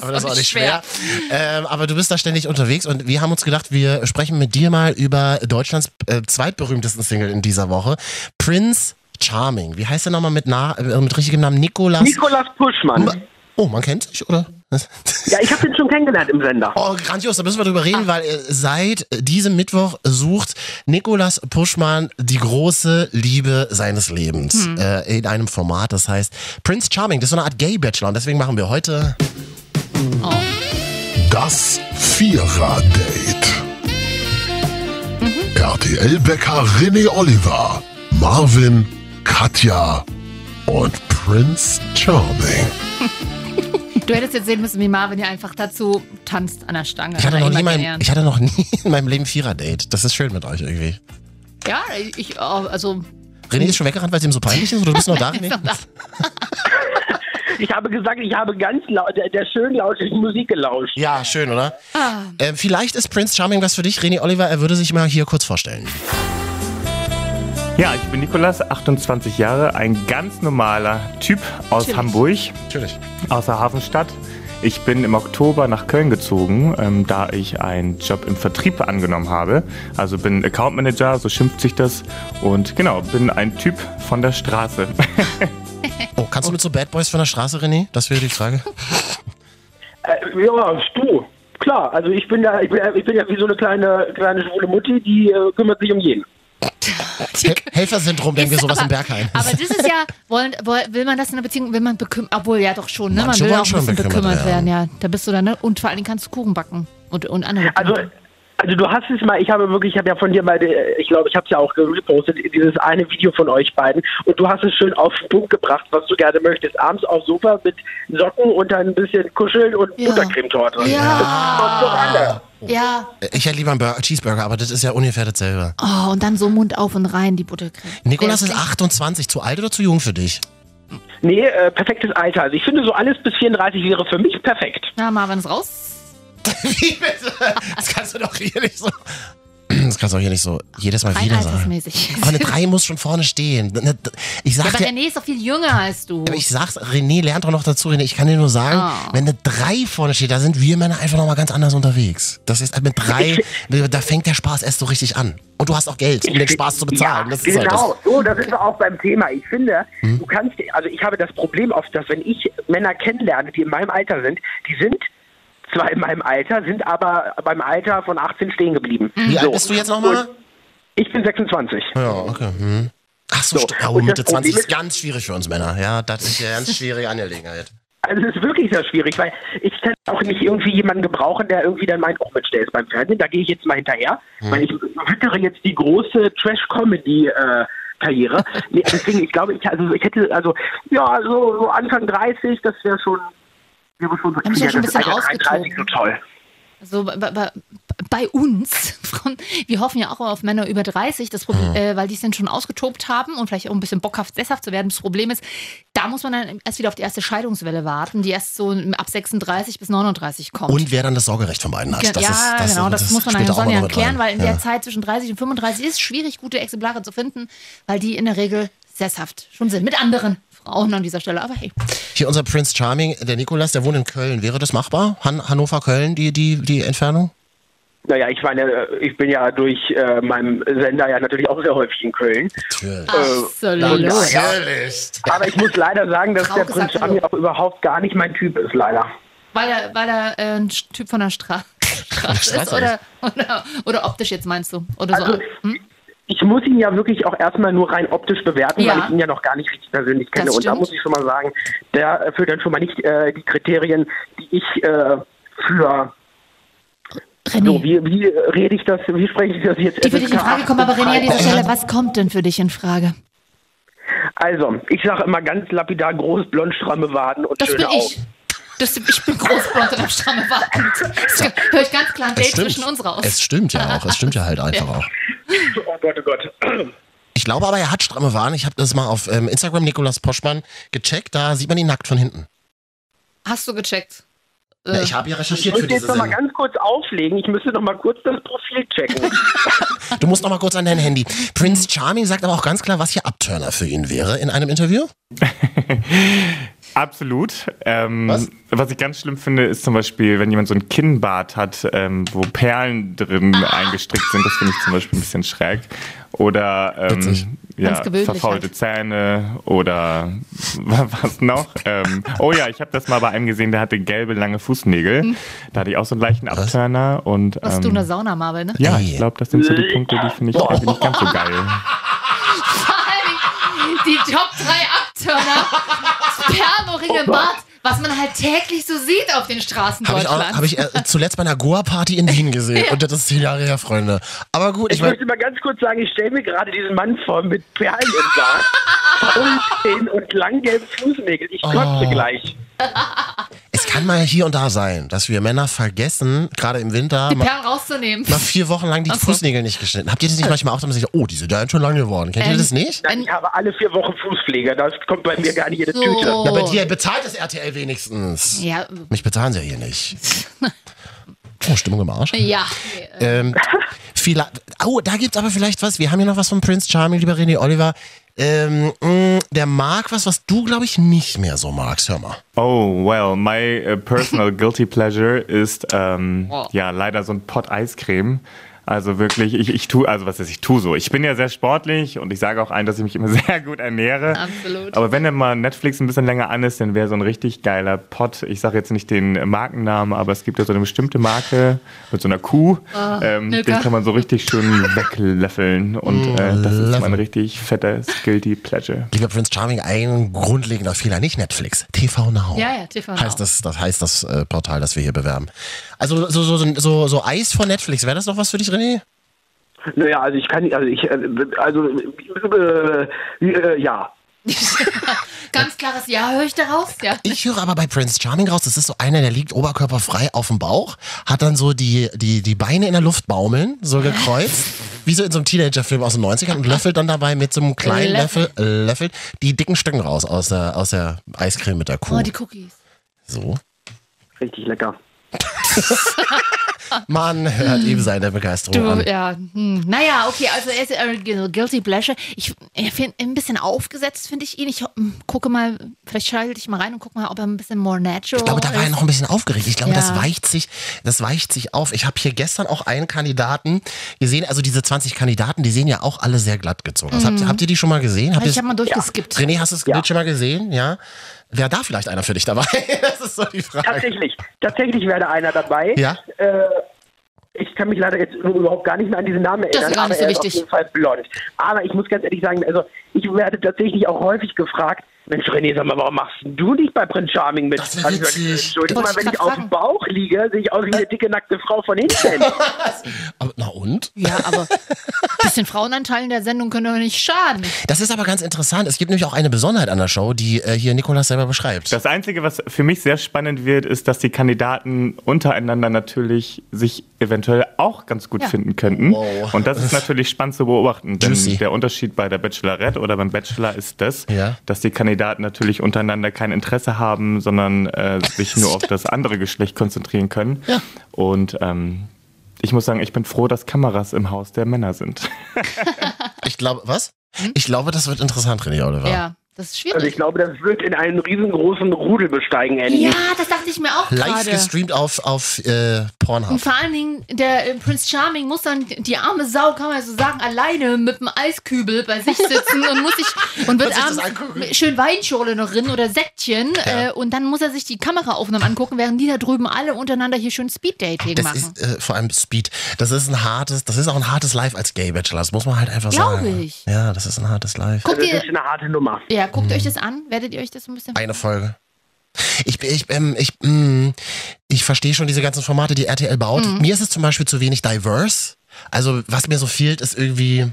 Speaker 1: aber das
Speaker 2: auch
Speaker 1: war
Speaker 2: nicht
Speaker 1: nicht schwer. Ähm, aber du bist da ständig unterwegs und wir haben uns gedacht, wir sprechen mit dir mal über Deutschlands äh, zweitberühmtesten Single in dieser Woche. Prince Charming. Wie heißt der nochmal mit, Na äh, mit richtigem Namen? Nikolas.
Speaker 3: Nikolas Puschmann.
Speaker 1: Oh, man kennt sich, oder? Was?
Speaker 3: Ja, ich habe den schon kennengelernt im Sender.
Speaker 1: [LAUGHS] Oh, grandios, da müssen wir drüber reden, weil äh, seit diesem Mittwoch sucht Nikolas Puschmann die große Liebe seines Lebens äh, in einem Format, das heißt Prince Charming. Das ist so eine Art Gay-Bachelor und deswegen machen wir heute...
Speaker 7: Das Vierer-Date. RTL-Bäcker René Oliver, Marvin, Katja und Prince Charming.
Speaker 2: [LAUGHS] Du hättest jetzt sehen müssen, wie Marvin ja einfach dazu tanzt an der Stange.
Speaker 1: Ich hatte,
Speaker 2: Oder
Speaker 1: noch nie
Speaker 2: jemand
Speaker 1: mein,
Speaker 2: gelernt.
Speaker 1: ich hatte noch nie [LAUGHS] in meinem Leben Vierer-Date. Das ist schön mit euch irgendwie.
Speaker 2: Ja, ich, oh, also
Speaker 1: René ist schon weggerannt, weil es ihm so peinlich ist oder du bist noch [LAUGHS] da, René?
Speaker 3: Ich habe gesagt, ich habe ganz laut, der, der schön lauschigen Musik gelauscht.
Speaker 1: Ja, schön, oder? Ähm, vielleicht ist Prince Charming was für dich. René Oliver, er würde sich mal hier kurz vorstellen.
Speaker 4: Ja, ich bin Nikolas, 28 Jahre, ein ganz normaler Typ aus
Speaker 2: Natürlich.
Speaker 4: Hamburg,
Speaker 1: Natürlich.
Speaker 4: aus der Hafenstadt. Ich bin im Oktober nach Köln gezogen, ähm, da ich einen Job im Vertrieb angenommen habe. Also bin Account Manager, so schimpft sich das. Und genau, bin ein Typ von der Straße.
Speaker 1: Oh, kannst du mit so Bad Boys von der Straße, René? Das wäre die [LAUGHS] Frage.
Speaker 3: Äh, ja, du. Klar, also ich bin ja, ich bin, ich bin ja wie so eine kleine, kleine schwule Mutti, die äh, kümmert sich um jeden.
Speaker 1: He Helfersyndrom, denken wir
Speaker 2: Ist
Speaker 1: sowas
Speaker 2: aber-
Speaker 1: im Bergheim.
Speaker 2: Aber das ist ja, wollen, woll- will man das in einer Beziehung, will man bekümmert, obwohl ja doch schon, ne? Man
Speaker 1: Manche
Speaker 2: will
Speaker 1: wollen
Speaker 2: auch ein bisschen
Speaker 1: schon
Speaker 2: bekümmert,
Speaker 1: bekümmert
Speaker 2: werden. ja. Da bist du dann, ne? Und vor allen Dingen kannst du Kuchen backen und, und andere.
Speaker 3: Also,
Speaker 2: Dinge.
Speaker 3: also du hast es mal, ich habe wirklich, ich habe ja von dir mal, die- ich glaube, ich habe es ja auch gepostet, dieses eine Video von euch beiden. Und du hast es schön auf den Punkt gebracht, was du gerne möchtest. Abends aufs Sofa mit Socken und dann ein bisschen kuscheln und
Speaker 2: Ja.
Speaker 3: Buttercremetorte. Das
Speaker 2: ja,
Speaker 3: doch alle.
Speaker 2: ja.
Speaker 1: Ich hätte lieber einen Burger, Cheeseburger, aber das ist ja ungefähr dasselbe.
Speaker 2: Oh, und dann so Mund auf und rein, die Buttercreme.
Speaker 1: Nikolas
Speaker 2: Ja,
Speaker 1: ist 28, zu alt oder zu jung für dich? [LAUGHS]
Speaker 3: Nee, äh, perfektes Alter. Also ich finde so alles bis 34 wäre für mich perfekt.
Speaker 2: Ja, Marvin ist raus.
Speaker 1: Wie bitte? Das kannst du doch hier nicht so. [CLEARS THROAT] das kannst du auch hier nicht so jedes Mal
Speaker 2: Rein
Speaker 1: wieder sagen.
Speaker 2: altersmäßig.
Speaker 1: Aber eine
Speaker 2: [LAUGHS]
Speaker 1: 3 muss schon vorne stehen. Eine- Ich
Speaker 2: Ja,
Speaker 1: sag
Speaker 2: aber
Speaker 1: dir,
Speaker 2: René ist doch viel jünger als du.
Speaker 1: ich sag's, René lernt doch noch dazu, René. Ich kann dir nur sagen,
Speaker 2: Ah.
Speaker 1: wenn eine 3 vorne steht, da sind wir Männer einfach nochmal ganz anders unterwegs. Das ist mit
Speaker 3: [LAUGHS]
Speaker 1: 3, da fängt der Spaß erst so richtig an. Und du hast auch Geld, um den Spaß zu bezahlen.
Speaker 3: Ja,
Speaker 1: das ist halt
Speaker 3: genau,
Speaker 1: das. Hm?
Speaker 3: so, da sind wir auch beim Thema. Ich finde, du kannst, also ich habe das Problem oft, dass wenn ich Männer kennenlerne, die in meinem Alter sind, die sind zwar in meinem Alter, sind aber beim Alter von 18 stehen geblieben.
Speaker 1: Wie
Speaker 3: So.
Speaker 1: alt bist du jetzt nochmal?
Speaker 3: Ich bin 26.
Speaker 1: Ja, okay. Hm. Ach so,
Speaker 3: So,
Speaker 1: st- oh,
Speaker 3: und das
Speaker 1: Mitte
Speaker 3: Problem
Speaker 1: 20 ist
Speaker 3: ist-
Speaker 1: ganz schwierig für uns Männer. Ja, das ist eine ganz schwierige Angelegenheit.
Speaker 3: Also es ist wirklich sehr schwierig, weil ich kann auch nicht irgendwie jemanden gebrauchen, der irgendwie dann meint, oh Mensch, der ist beim Fernsehen, da gehe ich jetzt mal hinterher, weil ich wittere jetzt die große Trash-Comedy- äh, Karriere. Nee, deswegen, ich glaube, ich, also, ich hätte, also, ja, so, so Anfang 30, das wäre schon, wäre schon,
Speaker 2: Haben Sie ja schon ein
Speaker 3: das
Speaker 2: bisschen
Speaker 3: Alter 33 so
Speaker 2: ausgezogen.
Speaker 3: toll.
Speaker 2: So bei, bei, bei uns, [LAUGHS] Frauen, wir hoffen ja auch immer auf Männer über 30, das
Speaker 1: Mhm.
Speaker 2: Problem, äh, weil die es dann schon ausgetobt haben und vielleicht auch ein bisschen bockhaft sesshaft zu werden. Das Problem ist, da muss man dann erst wieder auf die erste Scheidungswelle warten, die erst so ab 36 bis 39 kommt.
Speaker 1: [LAUGHS] Und wer dann das Sorgerecht von beiden hat.
Speaker 2: Ge-
Speaker 1: das
Speaker 2: ja,
Speaker 1: ist, das,
Speaker 2: genau, das, muss man dann
Speaker 1: spielt auch
Speaker 2: Sonja
Speaker 1: noch mit
Speaker 2: erklären,
Speaker 1: rein.
Speaker 2: weil in
Speaker 1: ja.
Speaker 2: der Zeit zwischen 30 und 35 ist es schwierig, gute Exemplare zu finden, weil die in der Regel sesshaft schon sind. Mit anderen Frauen an dieser Stelle, aber hey.
Speaker 1: Hier unser Prince Charming, äh, der Nikolas, der wohnt in Köln. Wäre das machbar? Han Hannover, Köln, die, die, die Entfernung?
Speaker 3: Naja, ich meine, äh, ich bin ja durch äh, meinen Sender ja natürlich auch sehr häufig in Köln.
Speaker 1: Natürlich.
Speaker 2: Ah. Absolut.
Speaker 3: Aber ich muss leider sagen, dass
Speaker 2: Frau
Speaker 3: der
Speaker 2: gesagt,
Speaker 3: Prinz Charming
Speaker 2: hallo.
Speaker 3: auch überhaupt gar nicht mein Typ ist, leider.
Speaker 2: Weil er, weil er äh, ein Typ von der Stra Straße
Speaker 1: Straße
Speaker 2: ist oder, oder, oder optisch jetzt meinst du? Oder so. Hm?
Speaker 3: Also, ich muss ihn ja wirklich auch erstmal nur rein optisch bewerten,
Speaker 2: Ja.
Speaker 3: weil ich ihn ja noch gar nicht richtig persönlich kenne. Und da
Speaker 2: stimmt.
Speaker 3: muss ich schon mal sagen, der erfüllt dann schon mal nicht äh, die Kriterien, die ich äh, für.
Speaker 2: René,
Speaker 3: So, wie, wie rede ich das, wie spreche ich das jetzt?
Speaker 2: die für dich in
Speaker 3: FSK
Speaker 2: Frage kommen, aber René an dieser
Speaker 3: frei.
Speaker 2: Stelle, was kommt denn für dich in Frage?
Speaker 3: Also, ich sage immer ganz lapidar groß, blond, stramme Waden und
Speaker 2: Das
Speaker 3: schöne
Speaker 2: bin
Speaker 3: Augen.
Speaker 2: ich. Das, ich bin großblond und am Stramme wartend. Das höre ich ganz klar ein
Speaker 1: Es
Speaker 2: Date
Speaker 1: stimmt.
Speaker 2: zwischen uns raus.
Speaker 1: Es stimmt ja auch. Es stimmt ja
Speaker 2: [LAUGHS]
Speaker 1: halt einfach auch.
Speaker 3: Oh Gott, oh Gott.
Speaker 1: Ich glaube aber, er hat stramme Waren. Ich habe das mal auf ähm, Instagram Nikolas Poschmann gecheckt. Da sieht man ihn nackt von hinten.
Speaker 2: Hast du gecheckt?
Speaker 1: Ja,
Speaker 2: Äh,
Speaker 1: ich habe ja
Speaker 3: Ich
Speaker 1: recherchiert für
Speaker 3: muss
Speaker 1: diese
Speaker 3: jetzt noch mal
Speaker 1: Sendung.
Speaker 3: ganz kurz auflegen. Ich müsste noch mal kurz das Profil checken.
Speaker 1: Du musst noch mal kurz an dein Handy. Prince
Speaker 2: Mhm.
Speaker 1: Charming sagt aber auch ganz klar, was hier Abturner für ihn wäre in einem Interview.
Speaker 4: Absolut. Ähm,
Speaker 1: Was?
Speaker 4: was? ich ganz schlimm finde, ist zum Beispiel, wenn jemand so ein Kinnbart hat, ähm, wo Perlen drin
Speaker 2: Ah.
Speaker 4: eingestrickt sind. Das finde ich zum Beispiel ein bisschen schräg. Oder
Speaker 1: Witzig.
Speaker 4: ähm,
Speaker 2: Ganz
Speaker 4: ja,
Speaker 2: gewöhnlich
Speaker 4: verfaulte
Speaker 2: halt.
Speaker 4: Zähne oder [LAUGHS] was noch? ähm, oh ja, ich habe das mal bei einem gesehen, der hatte gelbe, lange Fußnägel. Da hatte ich auch so einen leichten Abturner. Und,
Speaker 2: Hm. was du in der
Speaker 4: ähm,
Speaker 2: Sauna, Marvel, ne? [LAUGHS]
Speaker 4: ja,
Speaker 1: Ey.
Speaker 4: ich glaube, das sind so die Punkte, die finde ich irgendwie nicht ganz so geil.
Speaker 2: Vor allem die Top 3 Abturner. Perlenringe,
Speaker 3: Oh
Speaker 2: Bart, was man halt täglich so sieht auf den Straßen
Speaker 1: Habe ich, auch-
Speaker 2: Deutschlands.
Speaker 1: hab ich äh, zuletzt bei einer Goa-Party in Wien
Speaker 2: [LAUGHS]
Speaker 1: gesehen. Und das ist zehn Jahre her, Freunde. Aber gut, ich
Speaker 3: Ich
Speaker 1: meine,
Speaker 3: möchte mal ganz kurz sagen, ich stelle mir gerade diesen Mann vor mit Perlen im Bart, Braunzähnen und langgelben Fußnägel. Ich kotze gleich.
Speaker 1: es kann mal hier und da sein, dass wir Männer vergessen, gerade im Winter,
Speaker 2: die
Speaker 1: mal,
Speaker 2: Perlen rauszunehmen.
Speaker 1: mal vier Wochen lang die Fußnägel nicht geschnitten. Habt ihr das nicht manchmal auch, dass man sich sagt, oh, die sind ja schon lang geworden. Kennt ihr
Speaker 2: Hm. Ähm,
Speaker 1: das nicht?
Speaker 3: Nein, ich habe alle vier Wochen Fußpflege. Das kommt bei mir gar nicht in die
Speaker 2: So.
Speaker 3: Tüte.
Speaker 1: Na, bei dir bezahlt das RTL wenigstens.
Speaker 2: Oh. Ja,
Speaker 1: Mich bezahlen sie ja hier nicht. Oh, Stimmung im Arsch.
Speaker 2: [LAUGHS] ja. Äh,
Speaker 1: Ähm, vielleicht, oh, da gibt's aber vielleicht was. Wir haben hier noch was von Prince Charming, lieber René Oliver. Ähm, mh, der mag was, was du, glaube ich, nicht mehr so magst. Hör mal.
Speaker 4: Oh, well, my
Speaker 2: [LAUGHS]
Speaker 4: äh, personal guilty pleasure ist ähm,
Speaker 2: Wow.
Speaker 4: ja leider so ein Pott Eiscreme. Also wirklich, ich, ich tue, also was ist, ich tue so. Ich bin ja sehr sportlich und ich sage auch ein, dass ich mich immer [LAUGHS] sehr gut ernähre.
Speaker 2: Absolut.
Speaker 4: Aber wenn dann mal Netflix ein bisschen länger an ist, dann wäre so ein richtig geiler Pott. Ich sage jetzt nicht den Markennamen, aber es gibt ja so eine bestimmte Marke mit so einer Kuh.
Speaker 2: Ah,
Speaker 4: ähm, den
Speaker 2: lecker.
Speaker 4: kann man so richtig
Speaker 2: [LAUGHS]
Speaker 4: schön weglöffeln. Und äh, das ist mein richtig fettes guilty pleasure.
Speaker 1: Lieber Prince Charming, ein grundlegender Fehler. Nicht Netflix, TV Now.
Speaker 2: Ja, ja, TV Now.
Speaker 1: Heißt das, das heißt das äh, Portal, das wir hier bewerben. Also so, so, so, so, so Eis von Netflix, wäre das noch was für dich, René?
Speaker 3: Naja, also ich kann, also ich, äh, also, äh, äh, ja.
Speaker 2: [LAUGHS] Ganz klares Ja höre ich daraus. Ja.
Speaker 1: Ich höre aber bei Prince Charming raus, das ist so einer, der liegt oberkörperfrei auf dem Bauch, hat dann so die, die, die Beine in der Luft baumeln, so gekreuzt, wie so in so einem Teenagerfilm aus den 90ern und löffelt dann dabei mit so einem kleinen
Speaker 2: Löffel.
Speaker 1: Löffel, Löffel die dicken Stücken raus aus der, aus der Eiscreme mit der Kuh.
Speaker 2: Oh, die Cookies.
Speaker 1: so.
Speaker 3: Richtig lecker.
Speaker 1: Man hört ihm seine Begeisterung
Speaker 2: Du,
Speaker 1: an.
Speaker 2: ja. Hm. Naja, okay, also er ist äh, gu- Guilty Pleasure. Ich, ich find, ein bisschen aufgesetzt finde ich ihn. Ich hm, gucke mal, vielleicht schalte ich mal rein und gucke mal, ob er ein bisschen more natural
Speaker 1: Ich glaube, da war er
Speaker 2: ist.
Speaker 1: noch ein bisschen aufgeregt. Ich glaube, das
Speaker 2: Ja.
Speaker 1: weicht sich, das weicht sich auf. Ich habe hier gestern auch einen Kandidaten gesehen, also diese 20 Kandidaten, die sehen ja auch alle sehr glatt gezogen. aus. Habt, habt ihr die schon mal gesehen? Habt
Speaker 2: Mhm. ich
Speaker 1: ihr
Speaker 2: habe mal durchgeskippt.
Speaker 1: René, hast du das Bild schon mal gesehen? Ja. Wäre da vielleicht einer für dich dabei? [LAUGHS] Das ist so die Frage.
Speaker 3: Tatsächlich, tatsächlich wäre da einer dabei.
Speaker 1: Ja?
Speaker 3: Äh, ich kann mich leider jetzt überhaupt gar nicht mehr an diesen Namen
Speaker 2: ist
Speaker 3: erinnern.
Speaker 2: gar nicht
Speaker 3: aber
Speaker 2: so
Speaker 3: er
Speaker 2: wichtig.
Speaker 3: Ist auf jeden Fall blond. Aber ich muss ganz ehrlich sagen, also ich werde tatsächlich auch häufig gefragt, Mensch René, sag mal, warum machst du nicht bei Prince Charming mit?
Speaker 1: Das wär
Speaker 3: Dann sag ich,
Speaker 1: witzig.
Speaker 3: Entschuldigung,
Speaker 2: Wollte
Speaker 3: mal,
Speaker 2: ich
Speaker 3: wenn ich
Speaker 2: grad
Speaker 3: auf
Speaker 2: fragen.
Speaker 3: dem Bauch liege, sehe ich aus wie eine dicke, nackte Frau
Speaker 1: [LAUGHS]
Speaker 3: von hinten.
Speaker 1: Aber, na und?
Speaker 2: Ja, aber ein bisschen Frauenanteil in der Sendung können doch nicht schaden.
Speaker 1: Das ist aber ganz interessant. Es gibt nämlich auch eine Besonderheit an der Show, die äh, hier Nikolas selber beschreibt.
Speaker 4: Das Einzige, was für mich sehr spannend wird, ist, dass die Kandidaten untereinander natürlich sich eventuell auch ganz gut
Speaker 2: Ja.
Speaker 4: finden könnten.
Speaker 1: Wow.
Speaker 4: Und das ist natürlich spannend zu beobachten, denn
Speaker 1: Juicy.
Speaker 4: der Unterschied bei der Bachelorette oder beim Bachelor ist das,
Speaker 1: Ja.
Speaker 4: dass die Kandidaten natürlich untereinander kein Interesse haben, sondern äh, sich nur auf das andere Geschlecht konzentrieren können.
Speaker 1: Ja.
Speaker 4: Und ähm, ich muss sagen, ich bin froh, dass Kameras im Haus der Männer sind.
Speaker 1: Ich glaube, was? Ich glaube, das wird interessant, René Oliver.
Speaker 2: Hm? Ja, das ist
Speaker 3: Also ich
Speaker 2: schwierig.
Speaker 3: glaube, das wird in einen riesengroßen Rudel besteigen enden.
Speaker 2: ja, das dachte ich mir auch
Speaker 1: Live
Speaker 2: gerade.
Speaker 1: gestreamt auf, auf äh, Pornhub.
Speaker 2: Und vor allen Dingen, der äh, Prince Charming muss dann die arme Sau, kann man ja so sagen, alleine mit dem Eiskübel bei sich sitzen und muss sich und wird
Speaker 1: Muss ich das
Speaker 2: abends
Speaker 1: angucken?
Speaker 2: schön Weinschorle noch rin oder Säckchen äh, und dann muss er sich die Kameraaufnahmen angucken, während die da drüben alle untereinander hier schön Speed-Dating
Speaker 1: Das
Speaker 2: machen.
Speaker 1: ist äh, vor allem Speed. Das ist ein hartes, das ist auch ein hartes Live als Gay Bachelor. Das muss man halt einfach
Speaker 2: Glaube
Speaker 1: sagen.
Speaker 2: ich.
Speaker 1: Ja, das ist ein hartes Live.
Speaker 2: Guckt
Speaker 3: Das ist
Speaker 2: ihr,
Speaker 3: eine harte Nummer.
Speaker 2: ja, guckt euch das an? Werdet ihr euch das so ein bisschen...
Speaker 1: Eine Folge. Ich, bin- ich, ähm, ich, mh, ich verstehe schon diese ganzen Formate, die RTL baut.
Speaker 2: Mhm.
Speaker 1: Mir ist es zum Beispiel zu wenig diverse. Also, was mir so fehlt, ist irgendwie,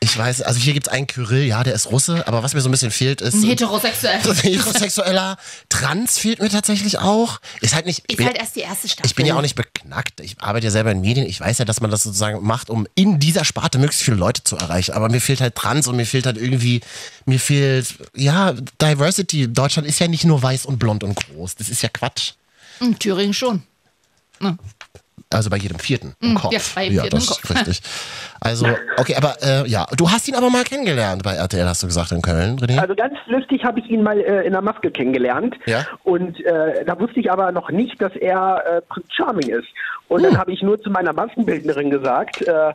Speaker 1: ich weiß, also hier gibt's einen Kyrill, ja, der ist Russe, aber was mir so ein bisschen fehlt, ist.
Speaker 2: Ein heterosexuell.
Speaker 1: [LAUGHS] Heterosexueller Trans fehlt mir tatsächlich auch. Ist halt nicht. ich
Speaker 2: Ist
Speaker 1: bin-
Speaker 2: halt erst die erste Staffel.
Speaker 1: Ich bin ja auch nicht beknackt. Ich arbeite ja selber in Medien. Ich weiß ja, dass man das sozusagen macht, um in dieser Sparte möglichst viele Leute zu erreichen. Aber mir fehlt halt Trans und mir fehlt halt irgendwie, mir fehlt, ja, Diversity. Deutschland ist ja nicht nur weiß und blond und groß. Das ist ja Quatsch.
Speaker 2: In Thüringen schon.
Speaker 1: Also bei jedem vierten im Kopf.
Speaker 2: Hm, ja, bei jedem
Speaker 1: ja,
Speaker 2: Vierten
Speaker 1: das
Speaker 2: im
Speaker 1: ist
Speaker 2: Kopf. [LAUGHS]
Speaker 1: richtig. Also, okay, aber äh, ja, du hast ihn aber mal kennengelernt bei RTL, hast du gesagt, in Köln, René?
Speaker 3: Also ganz flüchtig habe ich ihn mal äh, in der Maske kennengelernt.
Speaker 1: Ja.
Speaker 3: Und äh, da wusste ich aber noch nicht, dass er äh, Prinz Charming ist. Und dann habe ich nur zu meiner Maskenbildnerin gesagt, äh,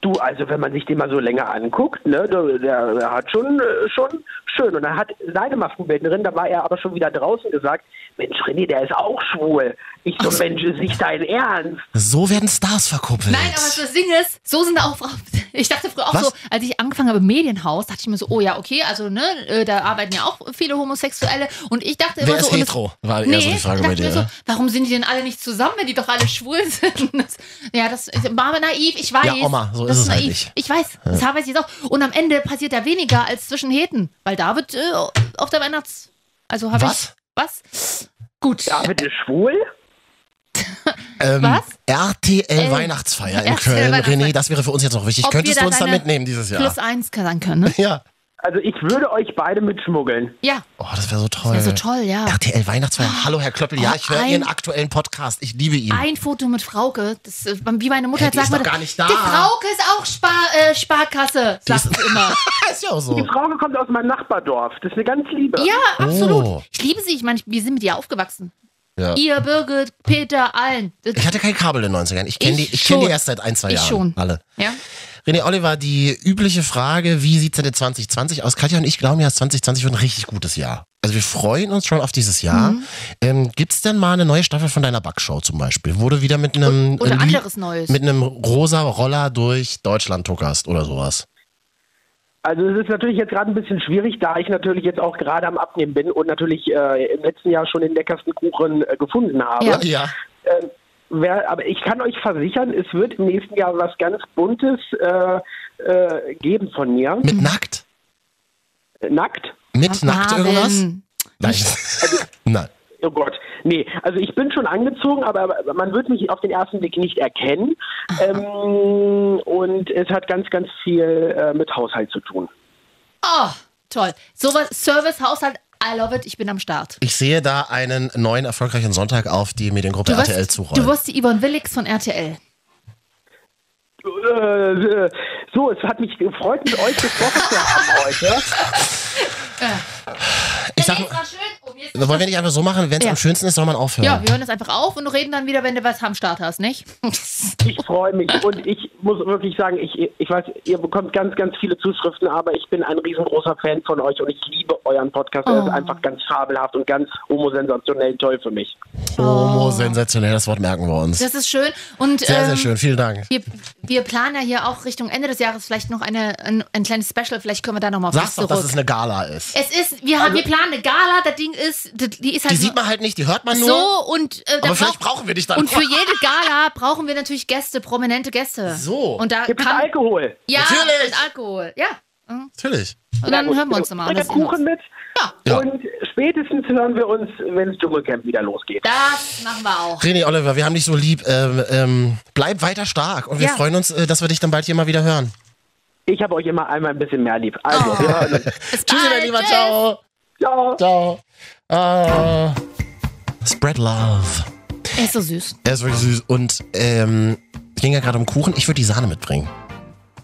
Speaker 3: du, also wenn man sich den mal so länger anguckt, ne, der, der, der hat schon, äh, schon schön. Und dann hat seine Maskenbildnerin, da war er aber schon wieder draußen, gesagt, Mensch, René, der ist auch schwul. Ich so, Mensch, ist nicht dein Ernst.
Speaker 1: so werden Stars verkuppelt.
Speaker 2: Nein, aber das Ding ist, so sind auch. [LAUGHS] Ich dachte früher auch
Speaker 1: Was?
Speaker 2: so, als ich angefangen habe im Medienhaus, dachte ich mir so, oh ja, okay, also ne, äh, da arbeiten ja auch viele Homosexuelle und ich dachte
Speaker 1: Wer
Speaker 2: immer so.
Speaker 1: ist
Speaker 2: und es-
Speaker 1: hetero? War eher
Speaker 2: Nee,
Speaker 1: so die Frage
Speaker 2: dachte
Speaker 1: bei dir.
Speaker 2: mir so,
Speaker 1: ne?
Speaker 2: warum sind die denn alle nicht zusammen, wenn die doch alle schwul [LAUGHS] sind? Das, ja, das war mir naiv, ich weiß.
Speaker 1: Ja, Oma, so
Speaker 2: das
Speaker 1: ist es halt
Speaker 2: naiv.
Speaker 1: nicht.
Speaker 2: Ich weiß, das habe ich jetzt auch. Und am Ende passiert da weniger als zwischen Heten, weil David äh, auf der Weihnachts. Also habe ich.
Speaker 1: Was?
Speaker 2: Was? Gut.
Speaker 3: David ist schwul?
Speaker 1: Ähm,
Speaker 2: Was?
Speaker 1: RTL
Speaker 2: Äh,
Speaker 1: Weihnachtsfeier in
Speaker 2: RTL
Speaker 1: Köln.
Speaker 2: Weihnachtsfeier.
Speaker 1: René, das wäre für uns jetzt noch wichtig.
Speaker 2: Ob
Speaker 1: Könntest du
Speaker 2: wir da
Speaker 1: uns da
Speaker 2: deine
Speaker 1: mitnehmen dieses Jahr?
Speaker 2: Plus eins sagen können, ne?
Speaker 1: Ja.
Speaker 3: Also ich würde euch beide mitschmuggeln.
Speaker 2: Ja,
Speaker 1: Oh, das wäre so toll.
Speaker 2: wäre so toll, ja.
Speaker 1: RTL Weihnachtsfeier. Hallo, Herr Klöppel. Ja,
Speaker 2: Oh,
Speaker 1: ich höre
Speaker 2: ein-
Speaker 1: Ihren aktuellen Podcast. Ich liebe ihn.
Speaker 2: ein Foto mit Frauke, das, äh, wie meine Mutter
Speaker 1: Hey, die
Speaker 2: sagt,
Speaker 1: ist doch
Speaker 2: würde,
Speaker 1: gar nicht da.
Speaker 2: die Frauke ist auch Spar, äh, Sparkasse, sagt
Speaker 1: [LAUGHS]
Speaker 2: sie immer.
Speaker 1: [LAUGHS] ist ja auch so.
Speaker 3: Die
Speaker 2: Genau.
Speaker 3: Frau kommt aus meinem Nachbardorf. Das ist eine ganz liebe.
Speaker 2: Ja, absolut.
Speaker 1: Oh.
Speaker 2: Ich liebe sie, ich meine, wir sind mit ihr aufgewachsen.
Speaker 1: Ja.
Speaker 2: Ihr, Birgit, Peter, allen. Das,
Speaker 1: Ich hatte kein Kabel in den 90ern. Ich kenne
Speaker 2: Ich
Speaker 1: die, ich kenn die
Speaker 2: schon.
Speaker 1: erst seit ein, zwei
Speaker 2: Ich
Speaker 1: Jahren.
Speaker 2: schon.
Speaker 1: Alle.
Speaker 2: ja?
Speaker 1: René Oliver, die übliche Frage, wie sieht es denn in 2020 aus? Katja und ich glauben ja, 2020 wird ein richtig gutes Jahr. Also wir freuen uns schon auf dieses Jahr.
Speaker 2: Mhm.
Speaker 1: Ähm, Gibt es denn mal eine neue Staffel von deiner Backshow zum Beispiel? Wurde wieder mit einem
Speaker 2: Oder
Speaker 1: Lied-
Speaker 2: anderes Neues.
Speaker 1: mit einem rosa Roller durch Deutschland tuckerst oder sowas?
Speaker 3: Also es ist natürlich jetzt gerade ein bisschen schwierig, da ich natürlich jetzt auch gerade am Abnehmen bin und natürlich äh, im letzten Jahr schon den leckersten Kuchen äh, gefunden habe.
Speaker 2: Ja.
Speaker 1: [LAUGHS] Ja.
Speaker 3: Ähm, wer, aber ich kann euch versichern, es wird im nächsten Jahr was ganz Buntes äh, äh, geben von mir.
Speaker 1: Mit nackt?
Speaker 3: Nackt.
Speaker 1: Mit nackt
Speaker 2: Marvin.
Speaker 1: irgendwas? Nein. [LAUGHS] Nein.
Speaker 3: Oh Gott, nee. Also ich bin schon angezogen, aber man wird mich auf den ersten Blick nicht erkennen. Ähm, und es hat ganz, ganz viel äh, mit Haushalt zu tun.
Speaker 2: Oh, toll. Sowas, Service, Haushalt, I love it, ich bin am Start.
Speaker 1: Ich sehe da einen neuen erfolgreichen Sonntag auf die Mediengruppe
Speaker 2: Du wirst,
Speaker 1: RTL zurollen.
Speaker 2: du wirst die Yvonne Willix von RTL.
Speaker 3: Äh, äh, so, es hat mich gefreut, mit euch gesprochen zu haben heute.
Speaker 1: ich sag, wollen wir nicht einfach so machen, wenn es
Speaker 2: Ja.
Speaker 1: am schönsten ist, soll man aufhören.
Speaker 2: Ja, wir hören das einfach auf und reden dann wieder, wenn du was am Start hast,
Speaker 1: [LAUGHS]
Speaker 2: nicht?
Speaker 3: Ich freue mich und ich muss wirklich sagen, ich, ich weiß, ihr bekommt ganz, ganz viele Zuschriften, aber ich bin ein riesengroßer Fan von euch und ich liebe euren Podcast. Er ist
Speaker 2: Oh.
Speaker 3: einfach ganz fabelhaft und ganz homosensationell toll für mich.
Speaker 1: Homo, sensationell, das Wort merken wir uns.
Speaker 2: Oh. Das ist schön. Und,
Speaker 1: Sehr, sehr
Speaker 2: ähm,
Speaker 1: schön, vielen Dank.
Speaker 2: Wir, wir planen ja hier auch Richtung Ende des Jahres vielleicht noch eine, ein, ein kleines Special. Vielleicht können wir da nochmal auf
Speaker 1: Sag's
Speaker 2: was
Speaker 1: doch,
Speaker 2: zurück.
Speaker 1: dass es eine Gala ist.
Speaker 2: es ist, wir, haben, wir planen eine Gala, das Ding ist, die- die ist halt
Speaker 1: Die sieht man halt nicht, die hört man
Speaker 2: so
Speaker 1: nur.
Speaker 2: und äh, da
Speaker 1: aber vielleicht
Speaker 2: braucht-
Speaker 1: brauchen wir dich dann.
Speaker 2: Und für jede Gala brauchen wir natürlich Gäste, prominente Gäste.
Speaker 1: So.
Speaker 2: Und da
Speaker 3: Gibt es
Speaker 2: kann,
Speaker 3: Alkohol?
Speaker 2: Ja,
Speaker 1: Natürlich.
Speaker 2: und Alkohol. Ja. Mhm.
Speaker 1: Natürlich.
Speaker 2: Und dann hören wir uns nochmal.
Speaker 3: Und der
Speaker 2: Das ist
Speaker 3: Kuchen mit.
Speaker 1: Ja.
Speaker 3: Und spätestens hören wir uns, wenn das Dschungelcamp wieder losgeht.
Speaker 2: Das machen wir auch.
Speaker 1: René Oliver, wir haben dich so lieb. Ähm, ähm, bleib weiter stark und wir
Speaker 2: Ja.
Speaker 1: freuen uns, äh, dass wir dich dann bald hier mal wieder hören.
Speaker 3: Ich habe euch immer einmal ein bisschen mehr lieb. Also,
Speaker 2: Oh.
Speaker 3: wir
Speaker 2: [LAUGHS]
Speaker 3: hören uns.
Speaker 1: Tschüssi,
Speaker 2: Bis
Speaker 1: mein
Speaker 2: bald.
Speaker 1: Lieber.
Speaker 2: Tschüss.
Speaker 1: Ciao.
Speaker 3: Ciao.
Speaker 1: Ciao. Ah. Spread Love.
Speaker 2: Er ist so süß.
Speaker 1: Er ist wirklich süß. Und ähm, es ging ja gerade um Kuchen. Ich würde die Sahne mitbringen.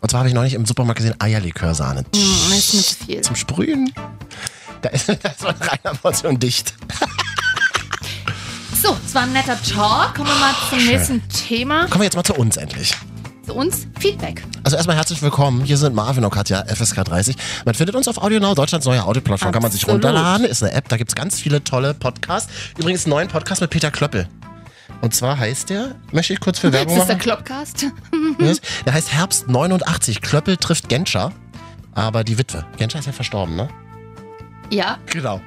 Speaker 1: Und zwar habe ich neulich im Supermarkt gesehen Eierlikör-Sahne.
Speaker 2: Hm, ist nicht viel.
Speaker 1: Zum Sprühen. Da ist [LAUGHS] das war eine reine Portion dicht.
Speaker 2: So, es war ein netter Talk. Kommen wir mal zum nächsten Thema.
Speaker 1: Kommen wir jetzt mal zu uns endlich.
Speaker 2: Zu uns Feedback.
Speaker 1: Also erstmal herzlich willkommen. Hier sind Marvin und Katja, FSK 30. Man findet uns auf AudioNow, Deutschlands neue Audioplattform. Kann man sich
Speaker 2: Absolut.
Speaker 1: runterladen. Ist eine App, da gibt es ganz viele tolle Podcasts. Übrigens einen neuen Podcast mit Peter Klöppel. Und zwar heißt der, möchte ich
Speaker 2: [LAUGHS]
Speaker 1: kurz für
Speaker 2: Jetzt
Speaker 1: Werbung
Speaker 2: ist der
Speaker 1: machen.
Speaker 2: Clubcast.
Speaker 1: Yes. Der heißt Herbst 89. Klöppel trifft Genscher. Aber die Witwe. Genscher ist ja verstorben, ne?
Speaker 2: Ja,
Speaker 1: Genau.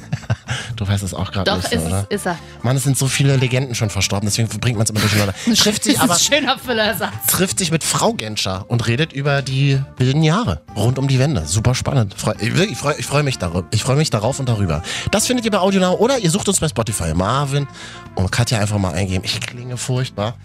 Speaker 1: [LAUGHS] du weißt es auch gerade
Speaker 2: doch,
Speaker 1: nicht,
Speaker 2: ist,
Speaker 1: so,
Speaker 2: es,
Speaker 1: oder?
Speaker 2: ist er.
Speaker 1: Mann, es sind so viele Legenden schon verstorben, deswegen bringt man es immer durcheinander.
Speaker 2: [LAUGHS]
Speaker 1: Trifft sich
Speaker 2: Das ist
Speaker 1: aber
Speaker 2: ein schöner Füllersatz.
Speaker 1: trifft sich mit Frau Genscher und redet über die wilden Jahre rund um die Wende. Super spannend. Freu, ich wirklich, ich freue ich freu mich, darüber- ich freu mich darauf und darüber. Das findet ihr bei AudioNow oder ihr sucht uns bei Spotify. Marvin und Katja einfach mal eingeben. Ich klinge furchtbar.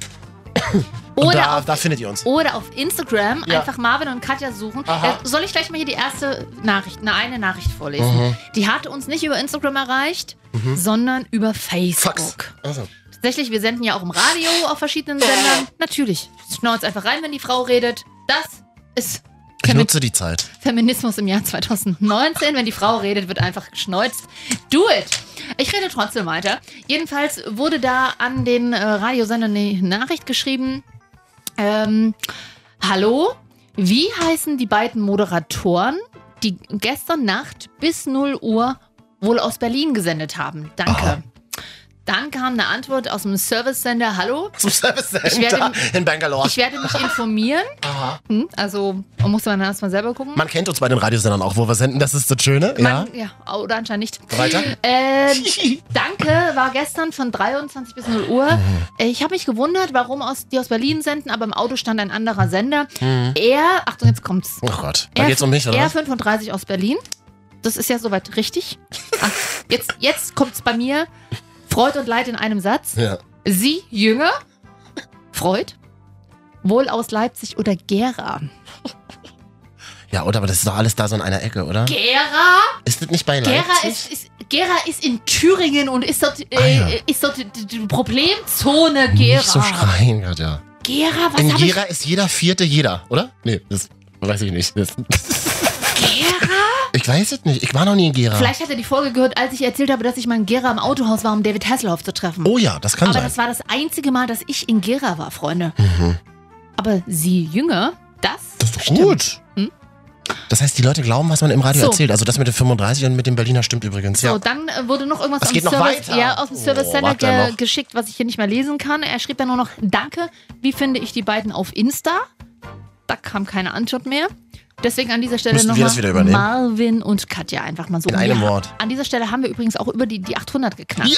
Speaker 1: Und
Speaker 2: Oder
Speaker 1: da,
Speaker 2: auf,
Speaker 1: da findet ihr uns.
Speaker 2: oder auf Instagram
Speaker 1: Ja.
Speaker 2: einfach Marvin und Katja suchen.
Speaker 1: Aha.
Speaker 2: Äh, Soll ich gleich mal hier die erste Nachricht, na, eine Nachricht vorlesen?
Speaker 1: Mhm.
Speaker 2: Die hatte uns nicht über Instagram erreicht, sondern über Facebook.
Speaker 1: Fax. Also,
Speaker 2: Tatsächlich, wir senden ja auch im Radio auf verschiedenen [LAUGHS] Sendern. Natürlich. Schnauzt einfach rein, wenn die Frau redet. Das ist
Speaker 1: ich
Speaker 2: Femi
Speaker 1: nutze die Zeit. [LAUGHS]
Speaker 2: Feminismus im Jahr 2019. Wenn die Frau redet, wird einfach geschneuzt. Do it! Ich rede trotzdem weiter. Jedenfalls wurde da an den äh, Radiosender eine Nachricht geschrieben. Ähm, hallo, wie heißen die beiden Moderatoren, die gestern Nacht bis 0 Uhr wohl aus Berlin gesendet haben? Danke.
Speaker 1: Aha.
Speaker 2: Dann kam eine Antwort aus dem Service-Sender. Hallo,
Speaker 1: Zum Service Center
Speaker 2: werde-
Speaker 1: in Bangalore.
Speaker 2: ich werde mich informieren.
Speaker 1: Aha.
Speaker 2: Hm, also muss man erstmal selber gucken.
Speaker 1: Man kennt uns bei den Radiosendern auch, wo wir senden. Das ist das Schöne. Ja.
Speaker 2: Man- ja, oder anscheinend nicht.
Speaker 1: Weiter.
Speaker 2: Ähm,
Speaker 1: [LAUGHS]
Speaker 2: danke, war gestern von 23 bis 0 Uhr.
Speaker 1: Mhm.
Speaker 2: Äh, Ich habe mich gewundert, warum aus, die aus Berlin senden, aber im Auto stand ein anderer Sender. Er, Achtung, jetzt kommt's.
Speaker 1: Mhm. Oh Gott. Da geht's um mich, oder?
Speaker 2: Er
Speaker 1: was?
Speaker 2: 35 aus Berlin. Das ist ja soweit richtig. Ah, jetzt, jetzt kommt's bei mir. Freud und Leid in einem Satz.
Speaker 1: Ja.
Speaker 2: Sie jünger. Freud. Wohl aus Leipzig oder Gera.
Speaker 1: ja, oder? Aber das ist doch alles da so in einer Ecke, oder?
Speaker 2: Gera?
Speaker 1: Ist das nicht bei Leipzig?
Speaker 2: Gera ist, ist, Gera ist in Thüringen und ist dort, äh,
Speaker 1: Ah, ja. Hm,
Speaker 2: ist dort die- die die Problemzone Gera.
Speaker 1: Nicht so schreien, Katja.
Speaker 2: Gera, was
Speaker 1: In
Speaker 2: habe ich?
Speaker 1: Gera ist jeder vierte jeder, oder? Nee, das weiß ich nicht. Das,
Speaker 2: Gera?
Speaker 1: ich weiß es nicht. Ich war noch nie in Gera.
Speaker 2: Vielleicht hat er die Folge gehört, als ich erzählt habe, dass ich mal in Gera im Autohaus war, um David Hasselhoff zu treffen.
Speaker 1: oh ja, das kann
Speaker 2: Aber
Speaker 1: sein. Mhm.
Speaker 2: das war das einzige Mal, dass ich in Gera war, Freunde. Aber sie jünger, das,
Speaker 1: das ist doch
Speaker 2: stimmt.
Speaker 1: gut.
Speaker 2: Hm?
Speaker 1: Das heißt, die Leute glauben, was man im Radio
Speaker 2: So.
Speaker 1: erzählt. Also das mit dem 35 und mit dem Berliner stimmt übrigens.
Speaker 2: So,
Speaker 1: Ja.
Speaker 2: dann äh, wurde noch irgendwas
Speaker 1: Es
Speaker 2: aus
Speaker 1: geht
Speaker 2: dem
Speaker 1: noch
Speaker 2: Service,
Speaker 1: weiter.
Speaker 2: ja, aus dem
Speaker 1: Oh,
Speaker 2: Service Center
Speaker 1: warte
Speaker 2: ge
Speaker 1: noch.
Speaker 2: geschickt, was ich hier nicht mehr lesen kann. Er schrieb dann nur noch Danke, wie finde ich die beiden auf Insta? Da kam keine Antwort mehr. Deswegen an dieser Stelle
Speaker 1: Müssen wir das wieder
Speaker 2: nochmal
Speaker 1: übernehmen?
Speaker 2: Marvin und Katja einfach mal so.
Speaker 1: In einem
Speaker 2: Ja.
Speaker 1: Wort.
Speaker 2: An dieser Stelle haben wir übrigens auch über die, die 800 geknackt.
Speaker 1: Yay!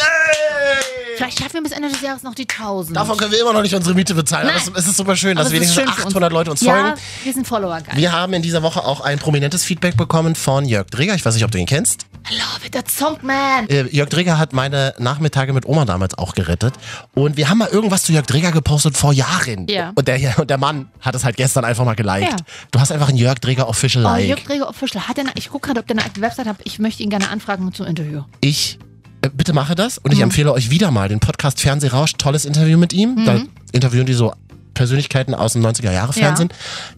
Speaker 2: Vielleicht schaffen wir bis Ende des Jahres noch die 1000.
Speaker 1: Davon können wir immer noch nicht unsere Miete bezahlen. Aber
Speaker 2: Nein.
Speaker 1: es es ist super schön,
Speaker 2: Aber
Speaker 1: dass
Speaker 2: es ist
Speaker 1: wenigstens
Speaker 2: schön für
Speaker 1: 800 Leute uns
Speaker 2: ja,
Speaker 1: folgen.
Speaker 2: wir sind Follower geil.
Speaker 1: Wir haben in dieser Woche auch ein prominentes Feedback bekommen von Jörg Dreger. Ich weiß nicht, ob du ihn kennst.
Speaker 2: I love it, that's song, man.
Speaker 1: Äh, Jörg Dreger hat meine Nachmittage mit Oma damals auch gerettet. Und wir haben mal irgendwas zu Jörg Dreger gepostet vor Jahren.
Speaker 2: Ja.
Speaker 1: Und, der, und der Mann hat es halt gestern einfach mal geliked.
Speaker 2: Ja.
Speaker 1: Du hast einfach einen Jörg Dreger Official
Speaker 2: Oh,
Speaker 1: Like.
Speaker 2: Jörg Dreger Official. Hat der, eine- ich gucke gerade, ob der eine eigene Website hat. Ich möchte ihn gerne anfragen um zum Interview.
Speaker 1: ich äh, bitte mache das und ich
Speaker 2: Mhm.
Speaker 1: empfehle euch wieder mal den Podcast Fernsehrausch, tolles Interview mit ihm. Da interviewen die so Persönlichkeiten aus dem 90er Jahre Fernsehen.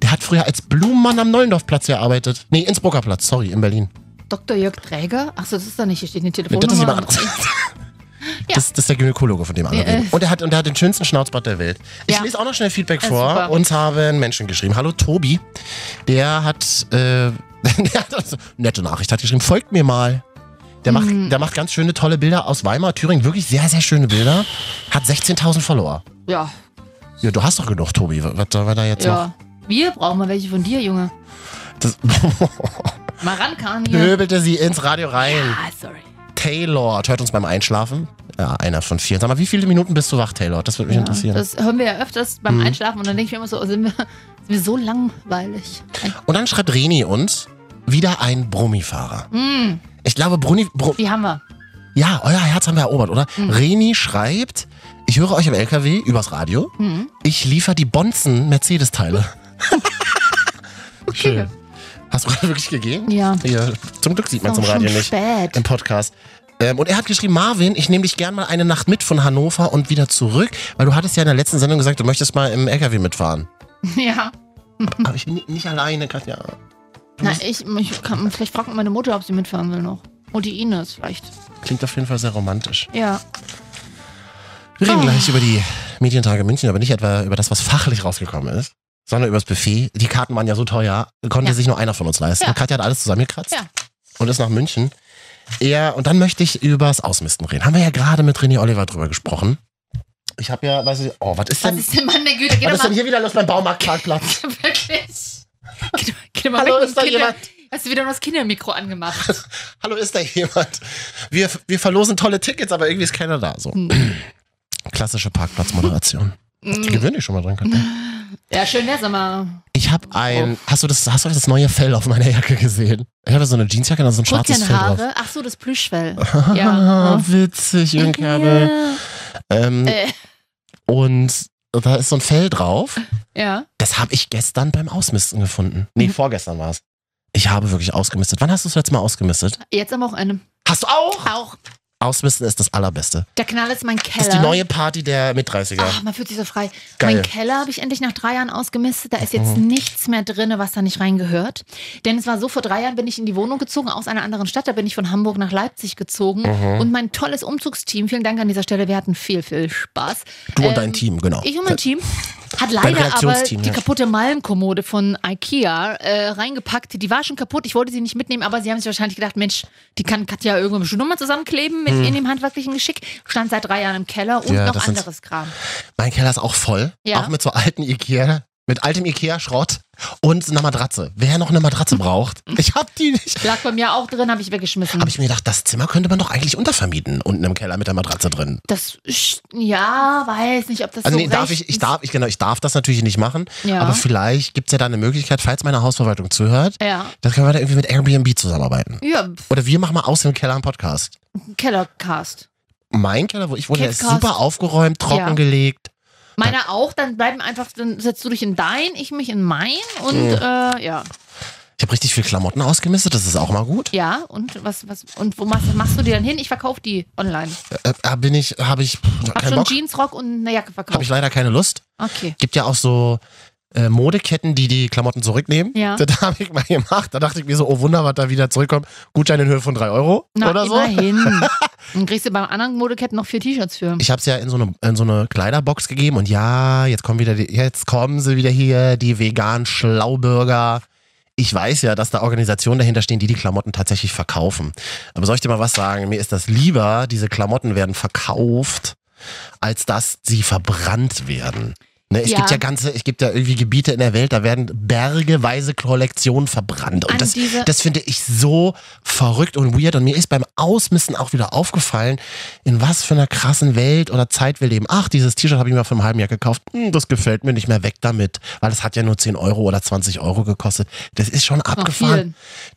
Speaker 1: Der hat früher als Blumenmann am Neulendorfplatz gearbeitet. Nee, Innsbrucker Platz, sorry, in Berlin.
Speaker 2: Dr. Jörg Dreger? Achso, das ist da nicht. Hier steht eine
Speaker 1: Nee,
Speaker 2: Telefonnummer.
Speaker 1: das ist jemand anderes.
Speaker 2: Ja.
Speaker 1: Das, das ist der Gynäkologe, von dem alle
Speaker 2: Ja, äh.
Speaker 1: reden. Und er hat, und er hat den schönsten Schnauzbart der Welt. Ich
Speaker 2: Ja.
Speaker 1: lese auch noch schnell Feedback
Speaker 2: Ja,
Speaker 1: vor.
Speaker 2: super.
Speaker 1: Uns haben Menschen geschrieben. Hallo Tobi. Der hat, äh, [LAUGHS] der hat also, nette Nachricht, hat geschrieben, folgt mir mal. Der,
Speaker 2: Mhm.
Speaker 1: macht, der macht ganz schöne, tolle Bilder aus Weimar, Thüringen. Wirklich sehr, sehr schöne Bilder. Hat 16.000 Follower.
Speaker 2: [LAUGHS] Ja,
Speaker 1: Ja, du hast doch genug, Tobi. Was was soll man da jetzt noch?
Speaker 2: ja. Wir brauchen mal welche von dir, Junge.
Speaker 1: Das [LAUGHS]
Speaker 2: Mal rankern hier.
Speaker 1: pöbelte sie ins Radio rein.
Speaker 2: Ah, sorry.
Speaker 1: Taylor hört uns beim Einschlafen. Ja, einer von vier. Sag mal, wie viele Minuten bist du wach, Taylor? Das Hm. würde mich interessieren.
Speaker 2: Das hören wir ja öfters beim Einschlafen und dann denke ich mir immer so, sind wir, sind wir so langweilig.
Speaker 1: Und dann schreibt Reni uns wieder ein Brummifahrer.
Speaker 2: Mm,
Speaker 1: Ich glaube, Bruni, Bru
Speaker 2: die haben wir.
Speaker 1: ja, euer Herz haben wir erobert, oder?
Speaker 2: Hm.
Speaker 1: Reni schreibt, ich höre euch im LKW übers Radio.
Speaker 2: Mhm.
Speaker 1: Ich liefere die Bonzen
Speaker 2: [LAUGHS]
Speaker 1: Mercedes-Teile. Schön. Hast du gerade wirklich gegeben?
Speaker 2: Ja.
Speaker 1: Hier, zum Glück sieht man
Speaker 2: Ist
Speaker 1: zum
Speaker 2: auch
Speaker 1: Radio
Speaker 2: schon
Speaker 1: nicht.
Speaker 2: spät.
Speaker 1: Im Podcast. Ähm, und er hat geschrieben, Marvin, ich nehme dich gern mal eine Nacht mit von Hannover und wieder zurück, weil du hattest ja in der letzten Sendung gesagt, du möchtest mal im LKW mitfahren.
Speaker 2: [LAUGHS] Ja. Hm.
Speaker 1: Aber ich bin nicht alleine, Katja.
Speaker 2: Na, ich, ich kann, vielleicht fragt meine Mutter, ob sie mitfahren will noch. Und die Ines vielleicht.
Speaker 1: Klingt auf jeden Fall sehr romantisch.
Speaker 2: Ja.
Speaker 1: Wir reden
Speaker 2: Ah.
Speaker 1: gleich über die Medientage München, aber nicht etwa über das, was fachlich rausgekommen ist, sondern über das Buffet. Die Karten waren ja so teuer, konnte
Speaker 2: Ja.
Speaker 1: sich nur einer von uns leisten.
Speaker 2: Ja.
Speaker 1: Katja hat alles zusammengekratzt
Speaker 2: Ja.
Speaker 1: und ist nach München. Ja, und dann möchte ich über das Ausmisten reden. Haben wir ja gerade mit René Oliver drüber gesprochen. Ich habe ja, weiß ich, oh, was ist
Speaker 2: Was
Speaker 1: denn,
Speaker 2: ist denn, Mann der Güte? Geh
Speaker 1: was
Speaker 2: doch
Speaker 1: ist denn
Speaker 2: mal.
Speaker 1: hier wieder los beim
Speaker 2: [LAUGHS]
Speaker 1: Baumarktparkplatz?
Speaker 2: Wirklich. Geh, doch- geh doch mal
Speaker 1: Hallo,
Speaker 2: weg mit
Speaker 1: ist
Speaker 2: dem
Speaker 1: da
Speaker 2: Kinder-
Speaker 1: jemand?
Speaker 2: Hast du wieder nur das Kindermikro angemacht?
Speaker 1: Hallo, ist da jemand? Wir, wir verlosen tolle Tickets, aber irgendwie ist keiner da. So.
Speaker 2: Hm.
Speaker 1: Klassische Parkplatzmoderation. Die gewöhne ich schon mal dran, Katja.
Speaker 2: Ja, schön wär's, aber.
Speaker 1: Ich habe ein. Hast du das? Hast du das neue Fell auf meiner Jacke gesehen? Ich habe so eine Jeansjacke und da so ein schwarzes Fell drauf.
Speaker 2: Rückenhaare. Ach so, das
Speaker 1: [LAUGHS]
Speaker 2: Plüschfell.
Speaker 1: Ah,
Speaker 2: [LAUGHS] ja.
Speaker 1: witzig, Jürgen Kernel.
Speaker 2: Ja.
Speaker 1: Ähm,
Speaker 2: Äh.
Speaker 1: Und da ist so ein Fell drauf.
Speaker 2: ja.
Speaker 1: Das habe ich gestern beim Ausmisten gefunden. Nee, vorgestern war es. Ich habe wirklich ausgemistet. Wann hast du das letzte Mal ausgemistet?
Speaker 2: Jetzt am Wochenende.
Speaker 1: Hast du auch?
Speaker 2: Auch.
Speaker 1: Ausmisten ist das Allerbeste.
Speaker 2: Der Knall ist mein Keller.
Speaker 1: Das ist die neue Party der mit 30er.
Speaker 2: Ach, man fühlt sich so frei.
Speaker 1: Geil. Mhm.
Speaker 2: Mein Keller habe ich endlich nach drei Jahren ausgemistet. Da ist jetzt nichts mehr drin, was da nicht reingehört. Denn es war so, vor drei Jahren bin ich in die Wohnung gezogen aus einer anderen Stadt. Da bin ich von Hamburg nach Leipzig gezogen.
Speaker 1: Mhm.
Speaker 2: Und mein tolles Umzugsteam, vielen Dank an dieser Stelle, wir hatten viel, viel Spaß.
Speaker 1: Du und
Speaker 2: Ähm,
Speaker 1: dein Team, genau.
Speaker 2: Ich und mein Team hat leider aber
Speaker 1: Redaktionsteam,
Speaker 2: die
Speaker 1: ja.
Speaker 2: kaputte Malmkommode von Ikea äh, reingepackt. Die war schon kaputt, ich wollte sie nicht mitnehmen, aber sie haben sich wahrscheinlich gedacht, Mensch, die kann Katja irgendwo bestimmt nochmal zusammenkleben mit in dem handwerklichen Geschick. Stand seit drei Jahren im Keller und
Speaker 1: Hm. Ja,
Speaker 2: noch
Speaker 1: das sind-
Speaker 2: anderes Kram.
Speaker 1: Mein Keller ist auch voll.
Speaker 2: Ja.
Speaker 1: Auch mit so alten Ikea. Mit altem Ikea-Schrott und einer Matratze. Wer noch eine Matratze
Speaker 2: [LAUGHS]
Speaker 1: braucht, ich hab die nicht.
Speaker 2: Lag bei mir auch drin, habe ich weggeschmissen.
Speaker 1: Habe ich mir gedacht, das Zimmer könnte man doch eigentlich untervermieten, unten im Keller mit der Matratze drin.
Speaker 2: das, sch- ja, weiß nicht, ob das
Speaker 1: Also
Speaker 2: so
Speaker 1: nee, darf
Speaker 2: recht
Speaker 1: ich, ich
Speaker 2: ist.
Speaker 1: darf, ich genau, ich darf das natürlich nicht machen.
Speaker 2: Ja.
Speaker 1: Aber vielleicht gibt's ja da eine Möglichkeit, falls meine Hausverwaltung zuhört,
Speaker 2: Ja.
Speaker 1: dann können wir da irgendwie mit Airbnb zusammenarbeiten.
Speaker 2: Ja,
Speaker 1: Oder wir machen mal aus dem Keller einen Podcast.
Speaker 2: Kellercast.
Speaker 1: Mein Keller, wo ich wohne, der ist
Speaker 2: Catcast.
Speaker 1: super aufgeräumt, trockengelegt.
Speaker 2: Meiner auch, dann bleiben einfach, dann setzt du dich in dein, ich mich in mein und äh, ja.
Speaker 1: Ich habe richtig viel Klamotten ausgemistet, das ist auch mal gut.
Speaker 2: Ja, und was, was, und wo machst, machst du die dann hin? Ich verkaufe die online.
Speaker 1: Äh, äh, bin ich, habe ich
Speaker 2: Hab
Speaker 1: keinen
Speaker 2: schon
Speaker 1: Bock,
Speaker 2: Jeans, Rock und eine Jacke
Speaker 1: habe ich
Speaker 2: verkauft.
Speaker 1: leider keine Lust.
Speaker 2: Okay.
Speaker 1: gibt ja auch so äh, Modeketten, die die Klamotten zurücknehmen.
Speaker 2: Ja.
Speaker 1: [LAUGHS] Das habe ich mal gemacht. Da dachte ich mir so, oh Wunder, was da wieder zurückkommt. Gutschein in Höhe von 3 Euro
Speaker 2: Na,
Speaker 1: oder so.
Speaker 2: immerhin.
Speaker 1: [LAUGHS]
Speaker 2: Dann kriegst du beim anderen Modeketten noch vier T-Shirts für.
Speaker 1: Ich habe es ja in so, eine, in so eine Kleiderbox gegeben und ja, jetzt kommen wieder die, jetzt kommen sie wieder hier, die veganen Schlauburger. Ich weiß ja, dass da Organisationen dahinter stehen, die die Klamotten tatsächlich verkaufen. Aber soll ich dir mal was sagen? Mir ist das lieber, diese Klamotten werden verkauft, als dass sie verbrannt werden. Ne, es
Speaker 2: Ja.
Speaker 1: gibt ja ganze, es gibt ja irgendwie Gebiete in der Welt, da werden bergeweise Kollektionen verbrannt.
Speaker 2: An
Speaker 1: Und das,
Speaker 2: diese-
Speaker 1: das finde ich so verrückt und weird. Und mir ist beim Ausmisten auch wieder aufgefallen, in was für einer krassen Welt oder Zeit wir leben. Ach, dieses T-Shirt habe ich mir vor einem halben Jahr gekauft. Hm, das gefällt mir nicht mehr weg damit. Weil es hat ja nur 10 Euro oder 20 Euro gekostet. Das ist schon abgefahren.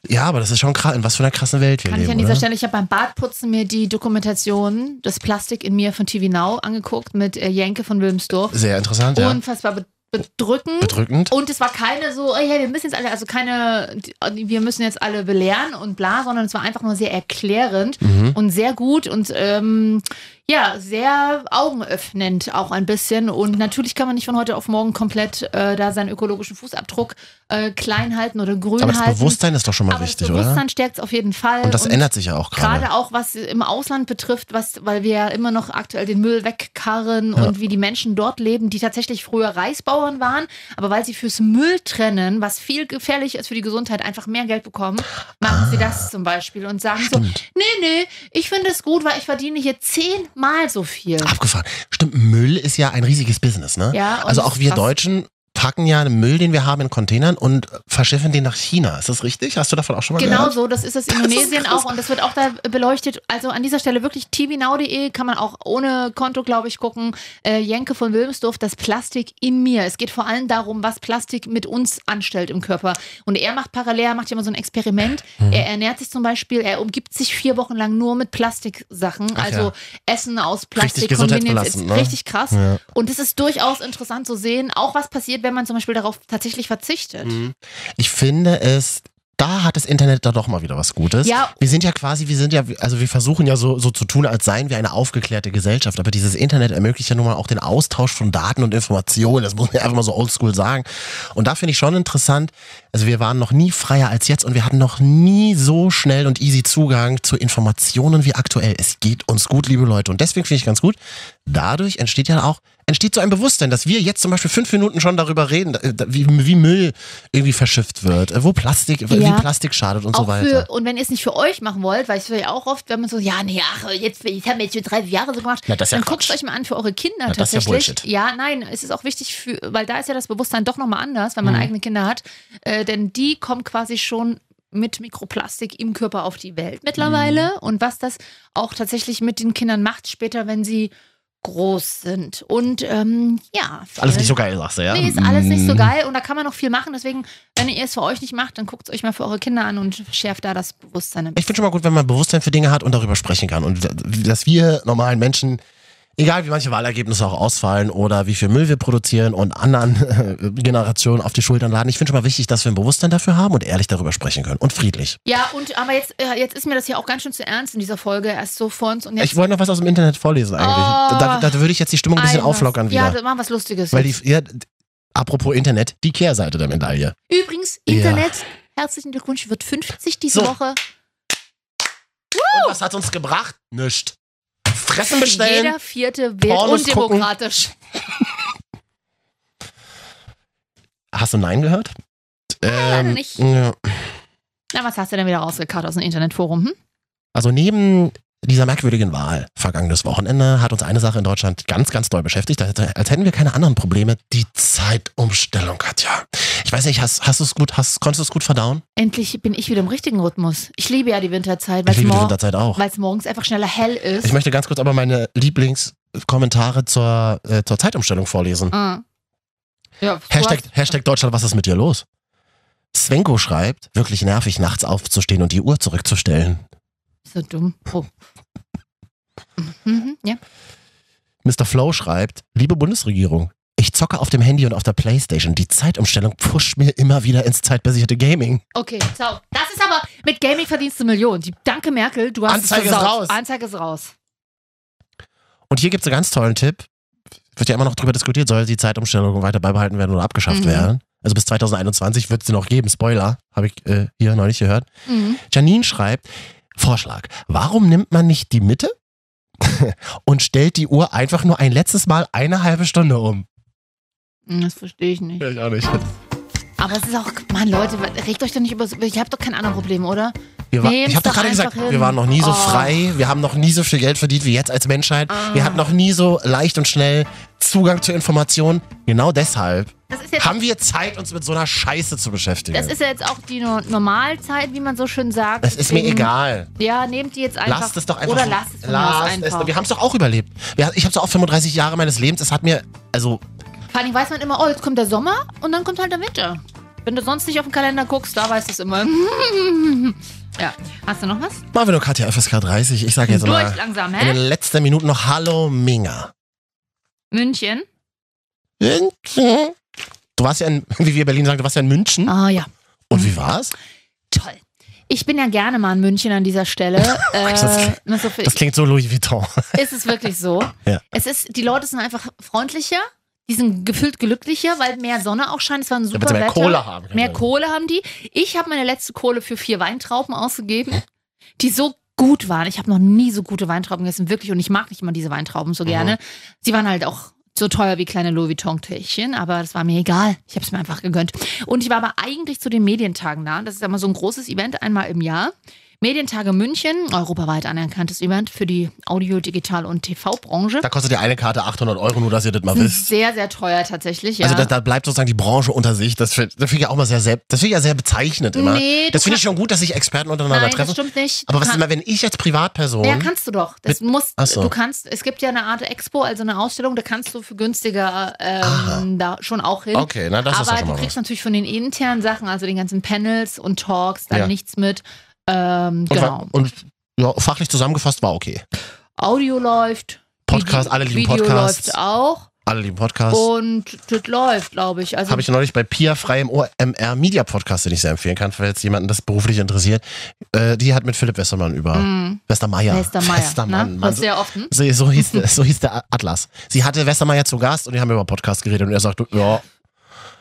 Speaker 1: Ja, aber das ist schon krass. In was für einer krassen Welt wir
Speaker 2: Kann ich
Speaker 1: leben.
Speaker 2: an dieser
Speaker 1: oder?
Speaker 2: Stelle, ich habe beim Bartputzen mir die Dokumentation Das Plastik in mir von TV Now angeguckt mit äh, Jenke von Wilmsdorf.
Speaker 1: Sehr interessant, ja.
Speaker 2: Unfassbar be bedrückend.
Speaker 1: Bedrückend.
Speaker 2: Und es war keine so, oh ja, wir müssen jetzt alle, also keine, die- wir müssen jetzt alle belehren und bla, sondern es war einfach nur sehr erklärend
Speaker 1: Mhm.
Speaker 2: und sehr gut und ähm, ja, sehr augenöffnend auch ein bisschen. Und natürlich kann man nicht von heute auf morgen komplett äh, da seinen ökologischen Fußabdruck äh, klein halten oder grün
Speaker 1: Aber das
Speaker 2: halten.
Speaker 1: Bewusstsein ist doch schon mal
Speaker 2: Aber
Speaker 1: wichtig,
Speaker 2: das
Speaker 1: oder?
Speaker 2: Bewusstsein stärkt es auf jeden Fall.
Speaker 1: Und das ändert sich ja auch gerade.
Speaker 2: Gerade auch was im Ausland betrifft, was, weil wir ja immer noch aktuell den Müll wegkarren und wie die Menschen dort leben, die tatsächlich früher Reisbauern waren, aber weil sie fürs Müll trennen, was viel gefährlich ist für die Gesundheit, einfach mehr Geld bekommen, machen sie das zum Beispiel und sagen so, nee, nee, ich finde es gut, weil ich verdiene hier zehnmal so viel.
Speaker 1: Abgefahren. Stimmt, Müll ist ja ein riesiges Business, ne?
Speaker 2: Ja, und
Speaker 1: also auch wir
Speaker 2: was-
Speaker 1: Deutschen packen ja den Müll, den wir haben, in Containern und verschiffen den nach China. Ist das richtig? Hast du davon auch schon mal
Speaker 2: Genau
Speaker 1: gehört?
Speaker 2: so, das ist das
Speaker 1: ist
Speaker 2: Indonesien
Speaker 1: krass.
Speaker 2: auch und das wird auch da beleuchtet. Also an dieser Stelle wirklich tvnow.de kann man auch ohne Konto, glaube ich, gucken. Äh, Jenke von Wilmsdorf, das Plastik in mir. Es geht vor allem darum, was Plastik mit uns anstellt im Körper. Und er macht parallel, er macht ja immer so ein Experiment.
Speaker 1: Mhm.
Speaker 2: Er ernährt sich zum Beispiel, er umgibt sich vier Wochen lang nur mit Plastiksachen,
Speaker 1: Ach
Speaker 2: also
Speaker 1: ja.
Speaker 2: Essen aus Plastik,
Speaker 1: Richtig
Speaker 2: Convenience,
Speaker 1: gesundheitsbelastend,
Speaker 2: ist
Speaker 1: ne?
Speaker 2: richtig krass.
Speaker 1: Ja.
Speaker 2: Und es ist durchaus interessant zu sehen, auch was passiert, wenn man zum Beispiel darauf tatsächlich verzichtet.
Speaker 1: Mhm. Ich finde es. Da hat das Internet da doch mal wieder was Gutes.
Speaker 2: Ja.
Speaker 1: Wir sind ja quasi, wir sind ja, also wir versuchen ja so, so zu tun, als seien wir eine aufgeklärte Gesellschaft. Aber dieses Internet ermöglicht ja nun mal auch den Austausch von Daten und Informationen. Das muss man einfach mal so oldschool sagen. Und da finde ich schon interessant, also wir waren noch nie freier als jetzt und wir hatten noch nie so schnell und easy Zugang zu Informationen wie aktuell. Es geht uns gut, liebe Leute. Und deswegen finde ich ganz gut, dadurch entsteht ja auch, entsteht so ein Bewusstsein, dass wir jetzt zum Beispiel fünf Minuten schon darüber reden, da- da- wie, wie Müll irgendwie verschifft wird, äh, wo Plastik,
Speaker 2: Ja.
Speaker 1: wie Plastik schadet und
Speaker 2: auch
Speaker 1: so weiter.
Speaker 2: Für, und wenn ihr es nicht für euch machen wollt, weil ich höre ja auch oft, wenn man so, ja, nee, ach, jetzt, ich habe jetzt für 30 Jahre so gemacht,
Speaker 1: Na, das ist ja
Speaker 2: dann guckt
Speaker 1: Quatsch.
Speaker 2: euch mal an für eure Kinder
Speaker 1: Na, das ist ja
Speaker 2: tatsächlich.
Speaker 1: Bullshit.
Speaker 2: ja, nein, es ist auch wichtig, für, weil da ist ja das Bewusstsein doch nochmal anders, wenn man
Speaker 1: Mhm.
Speaker 2: eigene Kinder hat, äh, denn die kommen quasi schon mit Mikroplastik im Körper auf die Welt mittlerweile
Speaker 1: Mhm.
Speaker 2: und was das auch tatsächlich mit den Kindern macht später, wenn sie groß sind. Und ähm, ja.
Speaker 1: Alles
Speaker 2: äh,
Speaker 1: nicht so geil, sagst du, ja?
Speaker 2: Nee, ist alles nicht so
Speaker 1: Mm.
Speaker 2: geil und da kann man noch viel machen. Deswegen, wenn ihr es für euch nicht macht, dann guckt es euch mal für eure Kinder an und schärft da das Bewusstsein. ein
Speaker 1: Ich finde schon mal gut, wenn man Bewusstsein für Dinge hat und darüber sprechen kann. Und dass wir normalen Menschen, egal wie manche Wahlergebnisse auch ausfallen oder wie viel Müll wir produzieren und anderen [LAUGHS] Generationen auf die Schultern laden, ich finde schon mal wichtig, dass wir ein Bewusstsein dafür haben und ehrlich darüber sprechen können. Und friedlich.
Speaker 2: Ja, und aber jetzt, äh, jetzt ist mir das hier auch ganz schön zu ernst in dieser Folge. Erst so vor uns und jetzt.
Speaker 1: Ich wollte noch was aus dem Internet vorlesen eigentlich.
Speaker 2: Oh.
Speaker 1: Da, da würde ich jetzt die Stimmung ein bisschen
Speaker 2: Einmal.
Speaker 1: auflockern
Speaker 2: Ja,
Speaker 1: wieder.
Speaker 2: dann machen was Lustiges.
Speaker 1: weil die,
Speaker 2: jetzt.
Speaker 1: ja, d- apropos Internet, die Kehrseite der Medaille.
Speaker 2: Übrigens,
Speaker 1: Ja.
Speaker 2: Internet, herzlichen Glückwunsch, wird 50 diese
Speaker 1: So.
Speaker 2: Woche.
Speaker 1: Und was hat uns gebracht? Nischt. Fressen bestellen.
Speaker 2: Oh. Jeder vierte wählt
Speaker 1: Pornos
Speaker 2: undemokratisch.
Speaker 1: Hast du Nein gehört? Ähm,
Speaker 2: leider nicht.
Speaker 1: Ja.
Speaker 2: Na, was hast du denn wieder rausgekarrt aus dem Internetforum? Hm?
Speaker 1: Also neben dieser merkwürdigen Wahl vergangenes Wochenende hat uns eine Sache in Deutschland ganz, ganz doll beschäftigt, als, als hätten wir keine anderen Probleme. Die Zeitumstellung, Katja. Ich weiß nicht, hast, hast du es gut, hast, konntest du es gut verdauen?
Speaker 2: Endlich bin ich wieder im richtigen Rhythmus. Ich liebe ja die Winterzeit, weil
Speaker 1: Ich
Speaker 2: es
Speaker 1: liebe die
Speaker 2: mor
Speaker 1: Winterzeit auch.
Speaker 2: weil's morgens einfach schneller hell ist.
Speaker 1: Ich möchte ganz kurz aber meine Lieblingskommentare zur, äh, zur Zeitumstellung vorlesen.
Speaker 2: Ah. Ja,
Speaker 1: Hashtag, Hashtag Deutschland, was ist mit dir los? Svenko schreibt, wirklich nervig, nachts aufzustehen und die Uhr zurückzustellen.
Speaker 2: So dumm. Oh. Mhm, ja.
Speaker 1: Mr. Flow schreibt, liebe Bundesregierung, ich zocke auf dem Handy und auf der Playstation. Die Zeitumstellung pusht mir immer wieder ins zeitbasierte Gaming.
Speaker 2: Okay, ciao. Das ist aber, mit Gaming verdienst du Millionen. Die, danke, Merkel, du hast
Speaker 1: Anzeige
Speaker 2: es
Speaker 1: ist
Speaker 2: versaut.
Speaker 1: raus.
Speaker 2: Anzeige ist raus.
Speaker 1: Und hier gibt's einen ganz tollen Tipp. Wird ja immer noch drüber diskutiert, soll die Zeitumstellung weiter beibehalten werden oder abgeschafft
Speaker 2: Mhm.
Speaker 1: werden. Also bis 2021 wird's sie noch geben. Spoiler, habe ich äh, hier neulich gehört.
Speaker 2: Mhm.
Speaker 1: Janine schreibt, Vorschlag, warum nimmt man nicht die Mitte [LAUGHS] und stellt die Uhr einfach nur ein letztes Mal eine halbe Stunde um?
Speaker 2: Mhm, Das verstehe ich nicht.
Speaker 1: Ich auch nicht.
Speaker 2: Aber es ist auch, Mann, Leute, regt euch doch nicht über so. Ich habe doch keine anderen Probleme, oder?
Speaker 1: Wir war,
Speaker 2: Nehm's
Speaker 1: ich habe doch
Speaker 2: doch
Speaker 1: gerade
Speaker 2: einfach
Speaker 1: gesagt,
Speaker 2: hin.
Speaker 1: wir waren noch nie so
Speaker 2: Oh. Ah.
Speaker 1: frei, wir haben noch nie so viel Geld verdient wie jetzt als Menschheit. Wir hatten noch nie so leicht und schnell Zugang zu Informationen. Genau deshalb
Speaker 2: Das ist jetzt
Speaker 1: haben wir Zeit, uns mit so einer Scheiße zu beschäftigen.
Speaker 2: Das ist ja jetzt auch die No- Normalzeit, wie man so schön sagt.
Speaker 1: es ist mir
Speaker 2: Deswegen-
Speaker 1: egal.
Speaker 2: Ja, nehmt die jetzt einfach.
Speaker 1: Lasst es doch einfach.
Speaker 2: Oder lasst es, von mir aus
Speaker 1: lasst
Speaker 2: einfach.
Speaker 1: es. Wir haben es doch auch überlebt. Wir- Ich habe es auch 35 Jahre meines Lebens. Es hat mir, also
Speaker 2: Vor allem weiß man immer, oh, jetzt kommt der Sommer und dann kommt halt der Winter. Wenn du sonst nicht auf den Kalender guckst, da weißt du es immer. [LAUGHS] ja. Hast du noch was?
Speaker 1: Marvin und Katja FSK 30. Ich sage jetzt
Speaker 2: Durch
Speaker 1: mal
Speaker 2: langsam,
Speaker 1: in den
Speaker 2: hä?
Speaker 1: letzten Minuten noch Hallo Minga.
Speaker 2: München.
Speaker 1: Du warst ja in, [LAUGHS] wie wir in Berlin sagen, du warst ja in München.
Speaker 2: Ah ja,
Speaker 1: Und wie war's?
Speaker 2: toll. Ich bin ja gerne mal in München an
Speaker 1: [LAUGHS]
Speaker 2: dieser Stelle. äh,
Speaker 1: Das-
Speaker 2: nur so viel-
Speaker 1: Das klingt so Louis Vuitton.
Speaker 2: ist es wirklich so.
Speaker 1: Ja.
Speaker 2: Es ist, die Leute sind einfach freundlicher, die sind gefühlt glücklicher, weil mehr Sonne auch scheint. Es war ein
Speaker 1: Damit
Speaker 2: super
Speaker 1: sie mehr
Speaker 2: Wetter.
Speaker 1: Kohle haben. können.
Speaker 2: Mehr Kohle haben die. Ich habe meine letzte Kohle für vier Weintrauben
Speaker 1: Hm?
Speaker 2: ausgegeben, die so gut waren. Ich habe noch nie so gute Weintrauben gegessen, wirklich. Und ich mag nicht immer diese Weintrauben
Speaker 1: Mhm.
Speaker 2: so gerne. Sie waren halt auch so teuer wie kleine Louis Vuitton-Täschchen, aber das war mir egal. Ich habe es mir einfach gegönnt. Und ich war aber eigentlich zu den Medientagen da. Das ist ja immer so ein großes Event, einmal im Jahr. Medientage München, europaweit anerkanntes Event für die Audio-, Digital- und TV-Branche.
Speaker 1: Da kostet ja eine Karte 800 Euro, nur dass ihr das mal wisst.
Speaker 2: Sehr, sehr teuer tatsächlich, Mhm. ja.
Speaker 1: Also da, da bleibt sozusagen die Branche unter sich. Das finde das find ich ja auch mal sehr, sehr, das finde ich ja sehr bezeichnend immer.
Speaker 2: Nee, du
Speaker 1: das finde ich
Speaker 2: kannst-
Speaker 1: schon gut, dass sich Experten untereinander
Speaker 2: Nein, das
Speaker 1: treffen.
Speaker 2: stimmt nicht.
Speaker 1: Aber
Speaker 2: Du
Speaker 1: was ist
Speaker 2: kannst-
Speaker 1: immer, wenn ich jetzt Privatperson,
Speaker 2: Ja, kannst du doch. Das muss,
Speaker 1: Ach so.
Speaker 2: Du kannst, es gibt ja eine Art Expo, also eine Ausstellung, da kannst du für günstiger ähm, da schon auch hin.
Speaker 1: Okay, na, das ist
Speaker 2: Aber
Speaker 1: ja schon
Speaker 2: du
Speaker 1: mal
Speaker 2: kriegst
Speaker 1: was.
Speaker 2: natürlich von den internen Sachen, also den ganzen Panels und Talks, dann
Speaker 1: Ja.
Speaker 2: nichts mit. Ähm,
Speaker 1: und,
Speaker 2: genau.
Speaker 1: war- und ja, fachlich zusammengefasst war okay.
Speaker 2: Audio läuft.
Speaker 1: Podcast,
Speaker 2: Video,
Speaker 1: alle lieben
Speaker 2: Video
Speaker 1: Podcasts.
Speaker 2: läuft auch.
Speaker 1: Alle lieben Podcasts.
Speaker 2: Oh. Und das läuft, glaube ich. Also
Speaker 1: Habe ich neulich bei Pia Frei im OMR Media Podcast, den ich sehr empfehlen kann, falls jemanden das beruflich interessiert. Äh, die hat mit Philipp Westermann über
Speaker 2: mh,
Speaker 1: Westermeier.
Speaker 2: Mhm. Westermeier.
Speaker 1: Westermann.
Speaker 2: ne?
Speaker 1: Mann,
Speaker 2: Hörst du ja oft, hm?
Speaker 1: so, so, hieß, der- so hieß der Atlas. Sie hatte Westermeier zu Gast und die haben über Podcast geredet und er sagt, ja,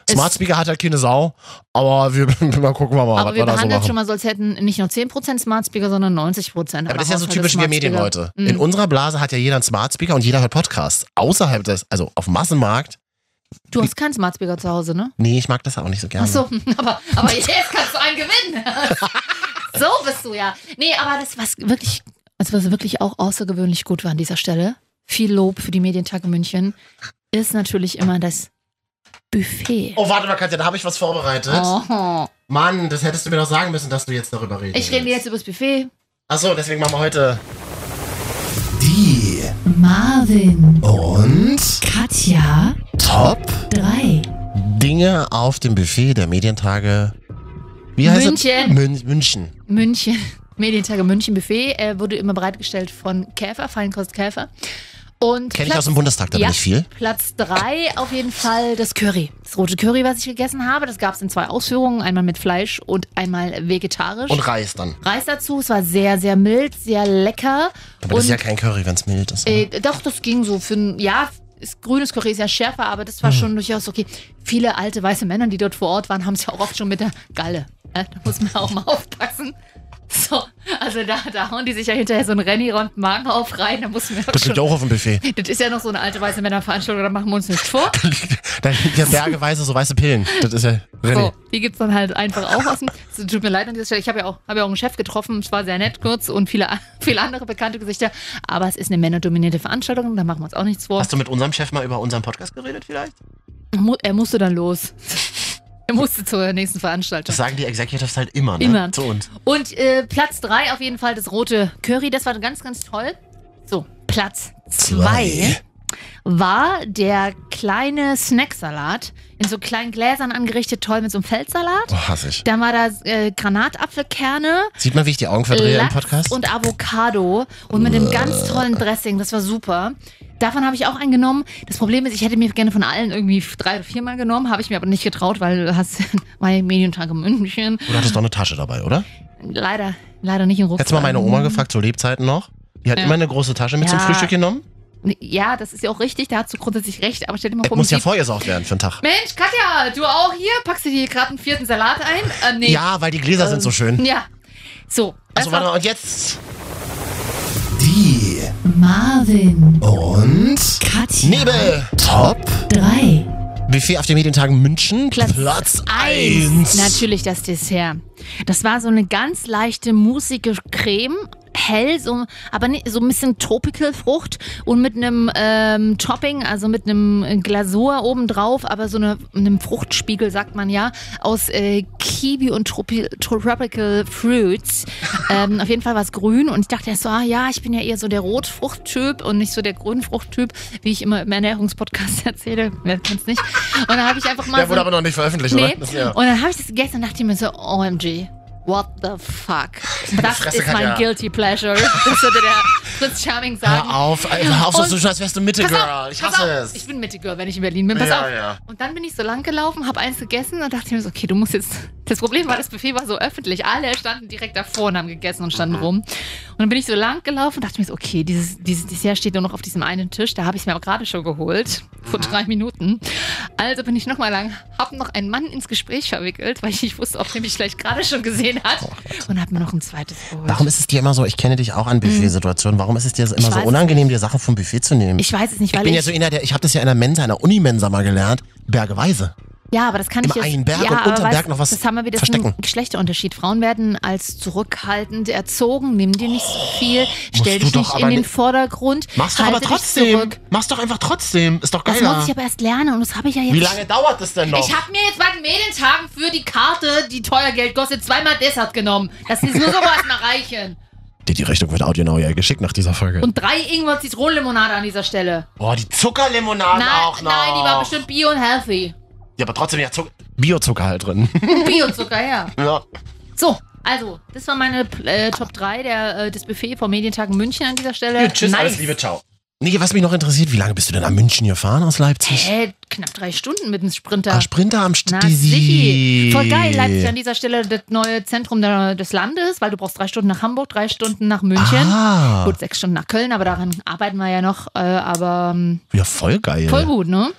Speaker 1: Smart Speaker hat halt keine Sau, aber wir [LAUGHS] mal gucken wir mal, was
Speaker 2: Aber wir
Speaker 1: wir da so
Speaker 2: behandeln es
Speaker 1: machen.
Speaker 2: schon mal so, als hätten nicht nur 10% Smart Speaker, sondern 90%.
Speaker 1: Aber das ist ja so
Speaker 2: Haushalte
Speaker 1: typisch wir
Speaker 2: Smart
Speaker 1: Medien
Speaker 2: Speaker.
Speaker 1: heute.
Speaker 2: Mhm.
Speaker 1: In unserer Blase hat ja jeder einen Smart Speaker und jeder hört Podcasts. Außerhalb des, also auf dem Massenmarkt.
Speaker 2: Du hast keinen Smart Speaker zu Hause, ne?
Speaker 1: Nee, ich mag das auch nicht so gerne.
Speaker 2: Ach so, [LAUGHS] aber, aber jetzt kannst du einen [LAUGHS] gewinnen. so bist du ja. Nee, aber das, was wirklich, also was wirklich auch außergewöhnlich gut war an dieser Stelle, viel Lob für die Medientage München, ist natürlich immer das Buffet.
Speaker 1: Oh, warte mal, Katja, da habe ich was vorbereitet.
Speaker 2: Oh.
Speaker 1: Mann, das hättest du mir doch sagen müssen, dass du jetzt darüber redest.
Speaker 2: Ich rede jetzt über das Buffet.
Speaker 1: Achso, deswegen machen wir heute die
Speaker 2: Marvin,
Speaker 1: und
Speaker 2: Katja,
Speaker 1: Top
Speaker 2: 3.
Speaker 1: Dinge auf dem Buffet der Medientage. Wie heißt es?
Speaker 2: München.
Speaker 1: Mün München.
Speaker 2: München, [LAUGHS] Medientage München Buffet, äh, wurde immer bereitgestellt von Käfer, Feinkost Käfer. Und
Speaker 1: Kenn ich
Speaker 2: Platz-
Speaker 1: aus dem Bundestag, da
Speaker 2: ja,
Speaker 1: bin ich viel.
Speaker 2: Platz drei auf jeden Fall das Curry. Das rote Curry, was ich gegessen habe, das gab es in zwei Ausführungen, einmal mit Fleisch und einmal vegetarisch.
Speaker 1: Und Reis dann.
Speaker 2: Reis dazu, es war sehr, sehr mild, sehr lecker.
Speaker 1: Aber das
Speaker 2: und
Speaker 1: ist ja kein Curry, wenn es mild ist.
Speaker 2: äh, doch, das ging so für ein, ja, ist, grünes Curry ist ja schärfer, aber das war schon durchaus okay. Viele alte weiße Männer, die dort vor Ort waren, haben es ja auch oft schon mit der Galle. Ne? Da muss man auch mal aufpassen. So, also da, da hauen die sich ja hinterher so einen Renny rund Magen auf rein, da muss man auch
Speaker 1: das
Speaker 2: schon,
Speaker 1: liegt ja auch auf dem
Speaker 2: [LAUGHS]
Speaker 1: Buffet.
Speaker 2: Das ist ja noch so eine alte weiße Männerveranstaltung, da machen wir uns nicht vor.
Speaker 1: da liegt ja bergeweise so weiße Pillen. Das ist ja.
Speaker 2: So,
Speaker 1: René.
Speaker 2: die gibt's dann halt einfach auch aus dem. Es tut mir leid an dieser Stelle. Ich habe ja, auch- habe ja auch einen Chef getroffen. Es war sehr nett kurz und viele, [LAUGHS] viele andere bekannte Gesichter. Aber es ist eine männerdominierte Veranstaltung. Da machen wir uns auch nichts vor.
Speaker 1: Hast du mit unserem Chef mal über unseren Podcast geredet vielleicht?
Speaker 2: Mu- Er musste dann los. [LAUGHS] Er musste zur nächsten Veranstaltung.
Speaker 1: Das sagen die Executives halt immer, ne?
Speaker 2: Immer.
Speaker 1: Zu uns.
Speaker 2: Und äh, Platz 3 auf jeden Fall das rote Curry. Das war ganz, ganz toll. So, Platz 2
Speaker 1: Zwei.
Speaker 2: war der kleine Snacksalat. In so kleinen Gläsern angerichtet, toll mit so einem Feldsalat.
Speaker 1: Oh, hasse ich.
Speaker 2: Dann war da äh, Granatapfelkerne.
Speaker 1: Sieht man, wie ich die Augen verdrehe im
Speaker 2: Lachs
Speaker 1: Podcast? Äh.
Speaker 2: und Avocado und mit einem ganz tollen Dressing. Das war super. Davon habe ich auch einen genommen. Das Problem ist, ich hätte mir gerne von allen irgendwie drei oder viermal genommen, habe ich mir aber nicht getraut, weil hast [LAUGHS] meine Medientage in München.
Speaker 1: du hattest doch eine Tasche dabei, oder?
Speaker 2: Leider, leider nicht in Rucksack.
Speaker 1: Hättest du mal meine Oma gefragt, zu Lebzeiten noch? Die hat
Speaker 2: Ja.
Speaker 1: immer eine große Tasche mit zum
Speaker 2: Ja.
Speaker 1: Frühstück genommen.
Speaker 2: Ja, das ist ja auch richtig, da hast du grundsätzlich recht, aber stell dir mal
Speaker 1: Das
Speaker 2: vor,
Speaker 1: Äh, muss ja
Speaker 2: man sieht-
Speaker 1: vorgesaugt werden für den Tag.
Speaker 2: Mensch, Katja, du auch hier? Packst du dir gerade einen vierten Salat ein? Ähm, nee.
Speaker 1: Ja, weil die Gläser sind so schön.
Speaker 2: Ja. So. das
Speaker 1: Also warte
Speaker 2: war-
Speaker 1: mal, und jetzt die
Speaker 2: Marvin,
Speaker 1: und
Speaker 2: Katja,
Speaker 1: Nebel Top
Speaker 2: drei.
Speaker 1: Buffet auf den Medientagen München
Speaker 2: Platz
Speaker 1: Platz
Speaker 2: Eins.
Speaker 1: 1.
Speaker 2: Natürlich das Dessert. Das war so eine ganz leichte, musige Creme. hell, so, aber nicht, so ein bisschen Tropical Frucht und mit einem ähm, Topping, also mit einem Glasur obendrauf, aber so eine, einem Fruchtspiegel, sagt man ja, aus äh, Kiwi und Tropi Tropical Fruits. ähm, auf jeden Fall war es grün und ich dachte erst so, ah ja, ich bin ja eher so der Rotfruchttyp und nicht so der Grünfruchttyp, wie ich immer im Ernährungspodcast [LAUGHS] erzähle. Wer kennt's nicht? Und dann habe ich einfach mal.
Speaker 1: Der
Speaker 2: so
Speaker 1: wurde aber noch nicht veröffentlicht,
Speaker 2: Nee.
Speaker 1: oder? Das- ja.
Speaker 2: Und dann habe ich das gegessen und dachte mir so, OMG. What the fuck? Das
Speaker 1: Fresse,
Speaker 2: ist mein
Speaker 1: Katja.
Speaker 2: Guilty Pleasure. [LAUGHS] Das würde der Fritz Charming sagen.
Speaker 1: Hör auf, hör auf so
Speaker 2: Und-
Speaker 1: zu tun, als wärst du Mitte-Girl. Ich
Speaker 2: Pass
Speaker 1: hasse
Speaker 2: auf,
Speaker 1: es.
Speaker 2: Ich bin Mitte Girl, wenn ich in Berlin bin. Pass
Speaker 1: Ja,
Speaker 2: auf.
Speaker 1: ja.
Speaker 2: Und dann bin ich so lang gelaufen, habe eins gegessen und dachte mir so, okay, du musst jetzt. Das Problem war, das Buffet war so öffentlich. Alle standen direkt davor und haben gegessen und
Speaker 1: Mhm.
Speaker 2: standen rum. Und dann bin ich so lang gelaufen und dachte mir so, okay, dieses, dieses Dessert steht nur noch auf diesem einen Tisch. Da habe ich es mir aber gerade schon geholt.
Speaker 1: Mhm.
Speaker 2: Vor drei Minuten. Also bin ich nochmal lang, habe noch einen Mann ins Gespräch verwickelt, weil ich nicht wusste, ob der mich vielleicht gerade schon gesehen hat. Und habe mir noch ein zweites geholt.
Speaker 1: Oh Warum ist es dir immer so, ich kenne dich auch an Buffetsituationen, warum ist es dir immer so
Speaker 2: weiß es
Speaker 1: unangenehm, dir Sachen vom Buffet zu nehmen?
Speaker 2: Ich weiß es nicht, weil
Speaker 1: Ich bin ja so einer, der, ich habe das ja in der Mensa, in der Unimensa mal gelernt, bergeweise.
Speaker 2: Ja, aber das kann
Speaker 1: Im
Speaker 2: ich jetzt.
Speaker 1: einen Berg
Speaker 2: ja,
Speaker 1: und
Speaker 2: aber
Speaker 1: unterm
Speaker 2: weißt-
Speaker 1: Berg noch was
Speaker 2: Das haben wir wieder
Speaker 1: verstecken.
Speaker 2: einen Geschlechterunterschied. Frauen werden als zurückhaltend erzogen, nehmen dir nicht so viel, stell
Speaker 1: Oh, du
Speaker 2: dich
Speaker 1: doch
Speaker 2: nicht
Speaker 1: aber
Speaker 2: in den
Speaker 1: nicht-
Speaker 2: Vordergrund.
Speaker 1: Mach's doch
Speaker 2: halte
Speaker 1: aber
Speaker 2: dich
Speaker 1: trotzdem.
Speaker 2: Zurück.
Speaker 1: Mach's doch einfach trotzdem. Ist doch
Speaker 2: Das muss
Speaker 1: geiler.
Speaker 2: ich aber erst lernen und das habe ich ja jetzt.
Speaker 1: Wie lange dauert das denn noch?
Speaker 2: Ich habe mir jetzt bei den Medientagen für die Karte, die teuer Geld kostet, zweimal Dessert genommen. Das ist nur sowas mal reichen.
Speaker 1: Dir die Richtung wird Audio Now ja geschickt nach dieser Folge.
Speaker 2: Und drei Ingwer Zitronenlimonade an dieser Stelle.
Speaker 1: Boah, die Zuckerlimonade
Speaker 2: nein,
Speaker 1: auch noch.
Speaker 2: nein, die war bestimmt bio und healthy.
Speaker 1: Ja, aber trotzdem ja Zucker. Biozucker halt
Speaker 2: [LAUGHS]
Speaker 1: drin.
Speaker 2: Biozucker, ja.
Speaker 1: ja.
Speaker 2: So, also, das war meine äh, Top 3 der, äh, des Buffet vom Medientag München an dieser Stelle.
Speaker 1: Tschüss,
Speaker 2: nice.
Speaker 1: alles Liebe, ciao. Nee, was mich noch interessiert, wie lange bist du denn nach München gefahren aus Leipzig?
Speaker 2: Hä, knapp drei Stunden mit dem Sprinter.
Speaker 1: Ah, Sprinter am
Speaker 2: Na,
Speaker 1: Stadtisi.
Speaker 2: sichi. Voll geil, Leipzig an dieser Stelle das neue Zentrum der, des Landes, weil du brauchst drei Stunden nach Hamburg, drei Stunden nach München.
Speaker 1: Ah.
Speaker 2: Gut, sechs Stunden nach Köln, aber daran arbeiten wir ja noch. Äh, aber ähm,
Speaker 1: Ja, voll geil.
Speaker 2: voll gut, ne?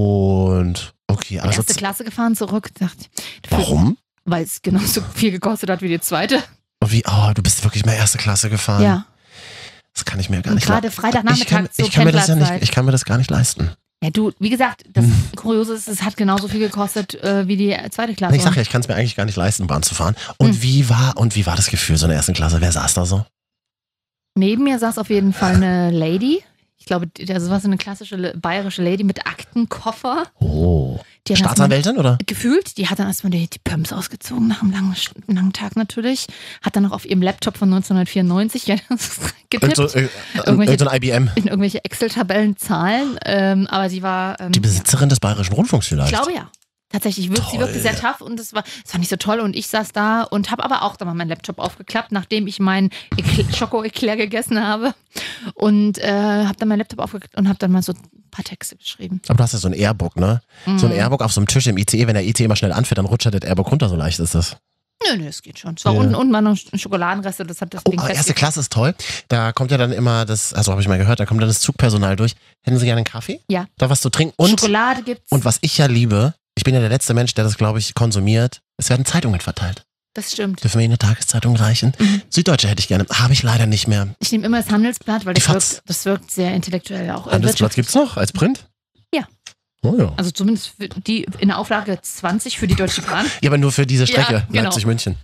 Speaker 1: Und okay, also
Speaker 2: Erste Klasse gefahren, zurück. Dachte, ich,
Speaker 1: warum?
Speaker 2: Weil es genauso viel gekostet hat wie die zweite.
Speaker 1: Wie, oh, du bist wirklich mal erste Klasse gefahren.
Speaker 2: Ja.
Speaker 1: Das kann ich mir gar
Speaker 2: Und
Speaker 1: nicht
Speaker 2: gerade
Speaker 1: le-
Speaker 2: Freitagnachmittag
Speaker 1: ich kann,
Speaker 2: so
Speaker 1: ich kann mir das ja nicht,
Speaker 2: Pendlerzeit.
Speaker 1: ich kann mir das gar nicht leisten.
Speaker 2: Ja, du, wie gesagt, das
Speaker 1: Hm.
Speaker 2: Kuriose ist, es hat genauso viel gekostet äh, wie die zweite Klasse.
Speaker 1: ich sag ja, ich kann es mir eigentlich gar nicht leisten, Bahn zu fahren. Und
Speaker 2: Hm.
Speaker 1: wie war und wie war das Gefühl so in der ersten Klasse? Wer saß da so?
Speaker 2: Neben mir saß auf jeden Fall eine Lady. Ich glaube, die- das war so eine klassische le- bayerische Lady mit Aktenkoffer.
Speaker 1: Oh,
Speaker 2: Die hat erstmal-
Speaker 1: Staatsanwältin oder?
Speaker 2: Gefühlt, die hat dann erstmal die, die Pumps ausgezogen nach einem langen, langen Tag natürlich. Hat dann noch auf ihrem Laptop von 1994 [LAUGHS] ja, getippt.
Speaker 1: Irgend so, äh,
Speaker 2: Irgendwelche-
Speaker 1: irgend so ein IBM.
Speaker 2: in irgendwelche Excel-Tabellen Zahlen. Ähm, aber sie war. Ähm,
Speaker 1: Die Besitzerin des Bayerischen Rundfunks vielleicht.
Speaker 2: Ich glaube ja. Tatsächlich, wirkt, sie
Speaker 1: Toll.
Speaker 2: wirkte sehr tough und es war, es war nicht so toll. Und ich saß da und habe aber auch da mal meinen Laptop aufgeklappt, nachdem ich meinen Ekl- [LAUGHS] Schoko-Eclair gegessen habe. Und äh, habe dann meinen Laptop aufgeklappt und habe dann mal so ein paar Texte geschrieben. Mhm.
Speaker 1: Aber du hast ja so ein Airbook, ne? So ein Airbook auf so einem Tisch im ICE. Wenn der ICE mal schnell anfährt, dann rutscht halt das Airbook runter, so leicht ist das.
Speaker 2: Nö, nö, es geht schon. Es war
Speaker 1: Ja.
Speaker 2: unten, unten war noch ein Schokoladenreste, das hat das
Speaker 1: Oh,
Speaker 2: Ding
Speaker 1: aber erste
Speaker 2: festge-
Speaker 1: Klasse ist toll. Da kommt ja dann immer das, also habe ich mal gehört, da kommt dann das Zugpersonal durch. Hätten Sie gerne einen Kaffee?
Speaker 2: Ja.
Speaker 1: Da was zu trinken. Und,
Speaker 2: Schokolade gibt's.
Speaker 1: und was ich ja liebe, ich bin ja der letzte Mensch, der das, glaube ich, konsumiert. Es werden Zeitungen verteilt.
Speaker 2: das stimmt.
Speaker 1: Dürfen wir Ihnen eine Tageszeitung reichen?
Speaker 2: Mhm.
Speaker 1: Süddeutsche hätte ich gerne. Habe ich leider nicht mehr.
Speaker 2: Ich nehme immer das Handelsblatt, weil
Speaker 1: Die
Speaker 2: das
Speaker 1: Fatz.
Speaker 2: wirkt, das wirkt sehr intellektuell auch. Äh,
Speaker 1: Handelsblatt gibt's noch als Print?
Speaker 2: Ja.
Speaker 1: Oh ja.
Speaker 2: Also zumindest für die in der Auflage 20 für die Deutsche Bahn.
Speaker 1: Ja, aber nur für diese Strecke,
Speaker 2: Ja, genau.
Speaker 1: Leipzig-München.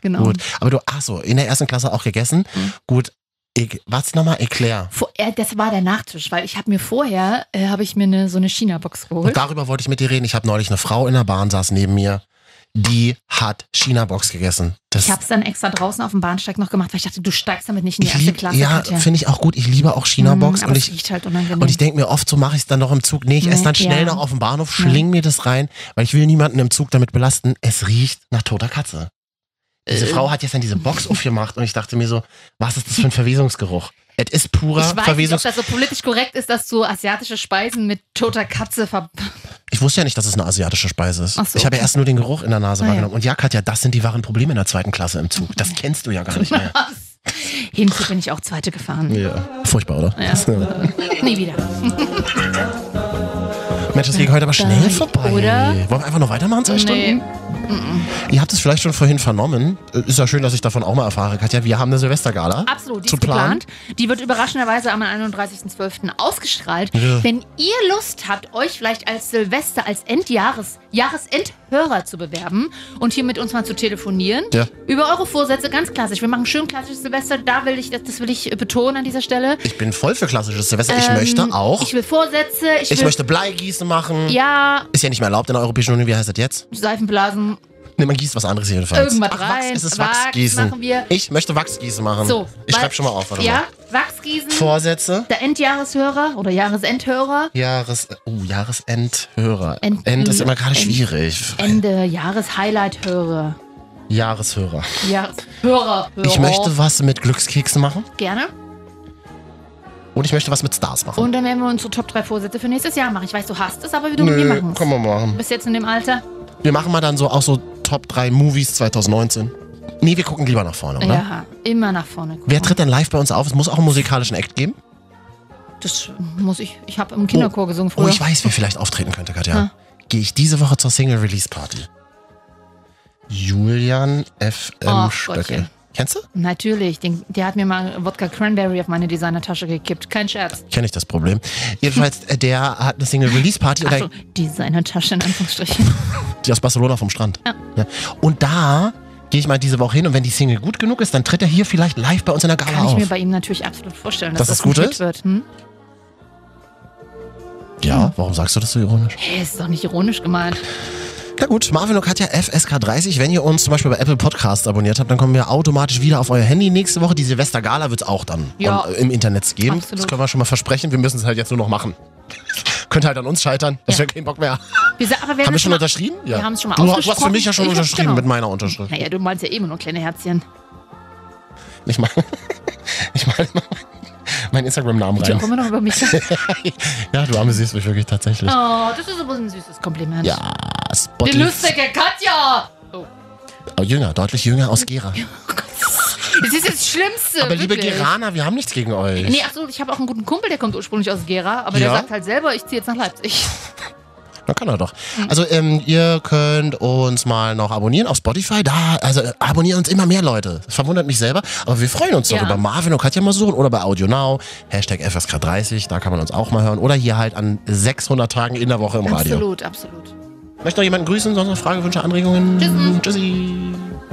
Speaker 2: Genau. Mhm.
Speaker 1: Gut. Aber du, ach so, in der ersten Klasse auch gegessen. Gut. Ich, was nochmal? Eclair.
Speaker 2: Vor, äh, das war der Nachtisch, weil ich habe mir vorher äh, habe ich mir eine, so eine China-Box
Speaker 1: Und
Speaker 2: geholt.
Speaker 1: darüber wollte ich mit dir reden. Ich habe neulich eine Frau in der Bahn saß neben mir, die hat China-Box gegessen. Das
Speaker 2: Ich habe es dann extra draußen auf dem Bahnsteig noch gemacht, weil ich dachte, du steigst damit nicht in die
Speaker 1: ich
Speaker 2: erste
Speaker 1: lieb-
Speaker 2: Klasse.
Speaker 1: Ja,
Speaker 2: Katja.
Speaker 1: finde ich auch gut. Ich liebe auch China-Box.
Speaker 2: Mhm,
Speaker 1: und
Speaker 2: aber es
Speaker 1: ich,
Speaker 2: riecht halt unangenehm.
Speaker 1: und ich denke mir oft, so mache ich es dann doch im Zug. Nee, ich
Speaker 2: Nee,
Speaker 1: esse dann schnell
Speaker 2: ja. Ne?
Speaker 1: noch auf dem Bahnhof, schling mir das rein, weil ich will niemanden im Zug damit belasten. Es riecht nach toter Katze. Diese
Speaker 2: Äh,
Speaker 1: Frau hat jetzt dann diese
Speaker 2: [LAUGHS]
Speaker 1: Box aufgemacht und ich dachte mir so, was ist das für ein Verwesungsgeruch? Es ist purer
Speaker 2: ich weiß nicht, ob
Speaker 1: Verwesungs...
Speaker 2: das so politisch korrekt ist, dass du asiatische Speisen mit toter Katze ver. [LAUGHS]
Speaker 1: Ich wusste ja nicht, dass es eine asiatische Speise ist.
Speaker 2: Ach so,
Speaker 1: ich habe ja
Speaker 2: okay.
Speaker 1: erst nur den Geruch in der Nase
Speaker 2: Ah, ja.
Speaker 1: wahrgenommen. Und ja, Katja, das sind die wahren Probleme in der zweiten Klasse im Zug. Das kennst du ja gar nicht mehr.
Speaker 2: Hinzu bin ich auch zweite gefahren.
Speaker 1: Ja. Furchtbar, oder? Ja.
Speaker 2: Nie wieder.
Speaker 1: [LAUGHS] Mensch, das ging heute aber schnell
Speaker 2: Oder?
Speaker 1: vorbei. Wollen wir einfach noch weitermachen, zwei Stunden? Ihr habt es vielleicht schon vorhin vernommen. Äh, Ist ja schön, dass ich davon auch mal erfahre, Katja. Wir haben eine Silvestergala.
Speaker 2: Absolut, die
Speaker 1: zu
Speaker 2: ist geplant.
Speaker 1: planen.
Speaker 2: Die wird überraschenderweise am 31.12. ausgestrahlt.
Speaker 1: Ja.
Speaker 2: Wenn ihr Lust habt, euch vielleicht als Silvester, als Endjahres, Jahresendhörer Hörer zu bewerben und hier mit uns mal zu telefonieren.
Speaker 1: Ja.
Speaker 2: Über eure Vorsätze, ganz klassisch. Wir machen schön klassisches Silvester, da will ich, das, das will ich äh, betonen an dieser Stelle.
Speaker 1: Ich bin voll für klassisches Silvester. ich
Speaker 2: Ähm,
Speaker 1: möchte auch.
Speaker 2: Ich
Speaker 1: Ich,
Speaker 2: will Vorsätze, ich, will,
Speaker 1: möchte Bleigießen machen.
Speaker 2: ja,
Speaker 1: Ist ja nicht mehr erlaubt in der Europäischen Union. Wie heißt das jetzt?
Speaker 2: Seifenblasen,
Speaker 1: Ne, man gießt was anderes jedenfalls.
Speaker 2: Irgendwas
Speaker 1: Ach, Wachs,
Speaker 2: rein.
Speaker 1: es ist
Speaker 2: Wachs
Speaker 1: Wachsgießen.
Speaker 2: machen wir.
Speaker 1: Ich möchte Wachsgießen machen.
Speaker 2: so.
Speaker 1: Ich
Speaker 2: Wa-
Speaker 1: schreibe schon mal auf, warte mal.
Speaker 2: Ja, Wachsgießen,
Speaker 1: Vorsätze.
Speaker 2: der Endjahreshörer oder Jahresendhörer.
Speaker 1: Jahres, oh, Jahresendhörer.
Speaker 2: End-
Speaker 1: End, ist immer gerade
Speaker 2: End-
Speaker 1: schwierig.
Speaker 2: Ende, Jahreshighlight-Hörer.
Speaker 1: Jahreshörer.
Speaker 2: Jahreshörer.
Speaker 1: Ich möchte was mit Glückskeksen machen
Speaker 2: Gerne.
Speaker 1: und ich möchte was mit Stars machen.
Speaker 2: Und dann werden wir unsere Top 3 Vorsätze für nächstes Jahr machen. Ich weiß, du hast es, aber wir dürfen die machen.
Speaker 1: können wir machen.
Speaker 2: Bist jetzt in dem Alter?
Speaker 1: Wir machen mal dann so auch so Top 3 Movies 2019. Nee, wir gucken lieber nach vorne, oder?
Speaker 2: Ja, immer nach vorne gucken.
Speaker 1: Wer tritt denn live bei uns auf? Es muss auch einen musikalischen Act geben.
Speaker 2: Das muss ich. Ich habe im Kinderchor gesungen früher.
Speaker 1: Oh, ich weiß, wer vielleicht auftreten könnte, Katja.
Speaker 2: Ja.
Speaker 1: Gehe ich diese Woche zur Single-Release-Party. Julian F.M.
Speaker 2: Oh,
Speaker 1: Stöckel.
Speaker 2: Gottchen.
Speaker 1: Kennst du?
Speaker 2: Natürlich. Den, der hat mir mal Wodka Cranberry auf meine Designertasche gekippt. Kein Scherz.
Speaker 1: Kenne ich das Problem. Jedenfalls, äh, der hat eine Single-Release-Party
Speaker 2: Ach so,
Speaker 1: oder
Speaker 2: Designertasche in Anführungsstrichen.
Speaker 1: die aus Barcelona vom Strand. Ja. Und da gehe ich mal diese Woche hin und wenn die Single gut genug ist, dann tritt er hier vielleicht live bei uns in der Gala
Speaker 2: Kann ich
Speaker 1: auf.
Speaker 2: mir bei ihm natürlich absolut vorstellen, dass
Speaker 1: Dass
Speaker 2: das,
Speaker 1: das gut
Speaker 2: ein Hit
Speaker 1: ist?
Speaker 2: wird. Hm?
Speaker 1: ja, warum sagst du das so ironisch?
Speaker 2: Hey, ist doch nicht ironisch gemeint.
Speaker 1: Na gut, Marvin und Katja FSK30. Wenn ihr uns zum Beispiel bei Apple Podcasts abonniert habt, dann kommen wir automatisch wieder auf euer Handy nächste Woche. Die Silvestergala wird es auch dann
Speaker 2: Ja.
Speaker 1: on, äh, im Internet geben.
Speaker 2: Absolut.
Speaker 1: Das können wir schon mal versprechen. Wir müssen es halt jetzt nur noch machen. [LAUGHS] Könnte halt an uns scheitern, dass wir keinen Bock mehr haben.
Speaker 2: Wir, sa- aber wir
Speaker 1: Haben wir schon
Speaker 2: mal-
Speaker 1: unterschrieben?
Speaker 2: Wir haben es schon mal
Speaker 1: du, du hast
Speaker 2: ausgesprochen.
Speaker 1: für mich ja schon
Speaker 2: Ich hab's
Speaker 1: unterschrieben
Speaker 2: genau.
Speaker 1: mit meiner Unterschrift.
Speaker 2: Naja, du meinst ja eben nur kleine Herzchen.
Speaker 1: Ich meine, [LAUGHS] ich meine meinen Instagram-Namen
Speaker 2: Die
Speaker 1: rein.
Speaker 2: kommen noch über mich.
Speaker 1: [LAUGHS]
Speaker 2: Oh,
Speaker 1: ja, du amüsierst mich wirklich tatsächlich.
Speaker 2: das ist aber ein süßes Kompliment.
Speaker 1: Oh, Ja,
Speaker 2: Die
Speaker 1: Spotify.
Speaker 2: lustige Katja! Oh,
Speaker 1: Oh, jünger, deutlich jünger aus Gera.
Speaker 2: Gott. Das ist das Schlimmste.
Speaker 1: Aber liebe
Speaker 2: wirklich.
Speaker 1: Geraner, wir haben nichts gegen euch.
Speaker 2: Nee, achso, ich habe auch einen guten Kumpel, der kommt ursprünglich aus Gera, aber der
Speaker 1: Ja?
Speaker 2: sagt halt selber, ich ziehe jetzt nach Leipzig.
Speaker 1: Dann kann er doch. Also ähm, ihr könnt uns mal noch abonnieren auf Spotify. Da, also äh, abonnieren uns immer mehr Leute. Das verwundert mich selber. Aber wir freuen uns
Speaker 2: Ja.
Speaker 1: darüber. Marvin und Katja mal suchen oder bei Audio Now, Hashtag FSK30, da kann man uns auch mal hören. Oder hier halt an 600 Tagen in der Woche im Radio.
Speaker 2: Absolut, absolut.
Speaker 1: Möchte noch jemanden grüßen? Sonst noch Frage, Wünsche, Anregungen?
Speaker 2: Tschüssen.
Speaker 1: Tschüssi.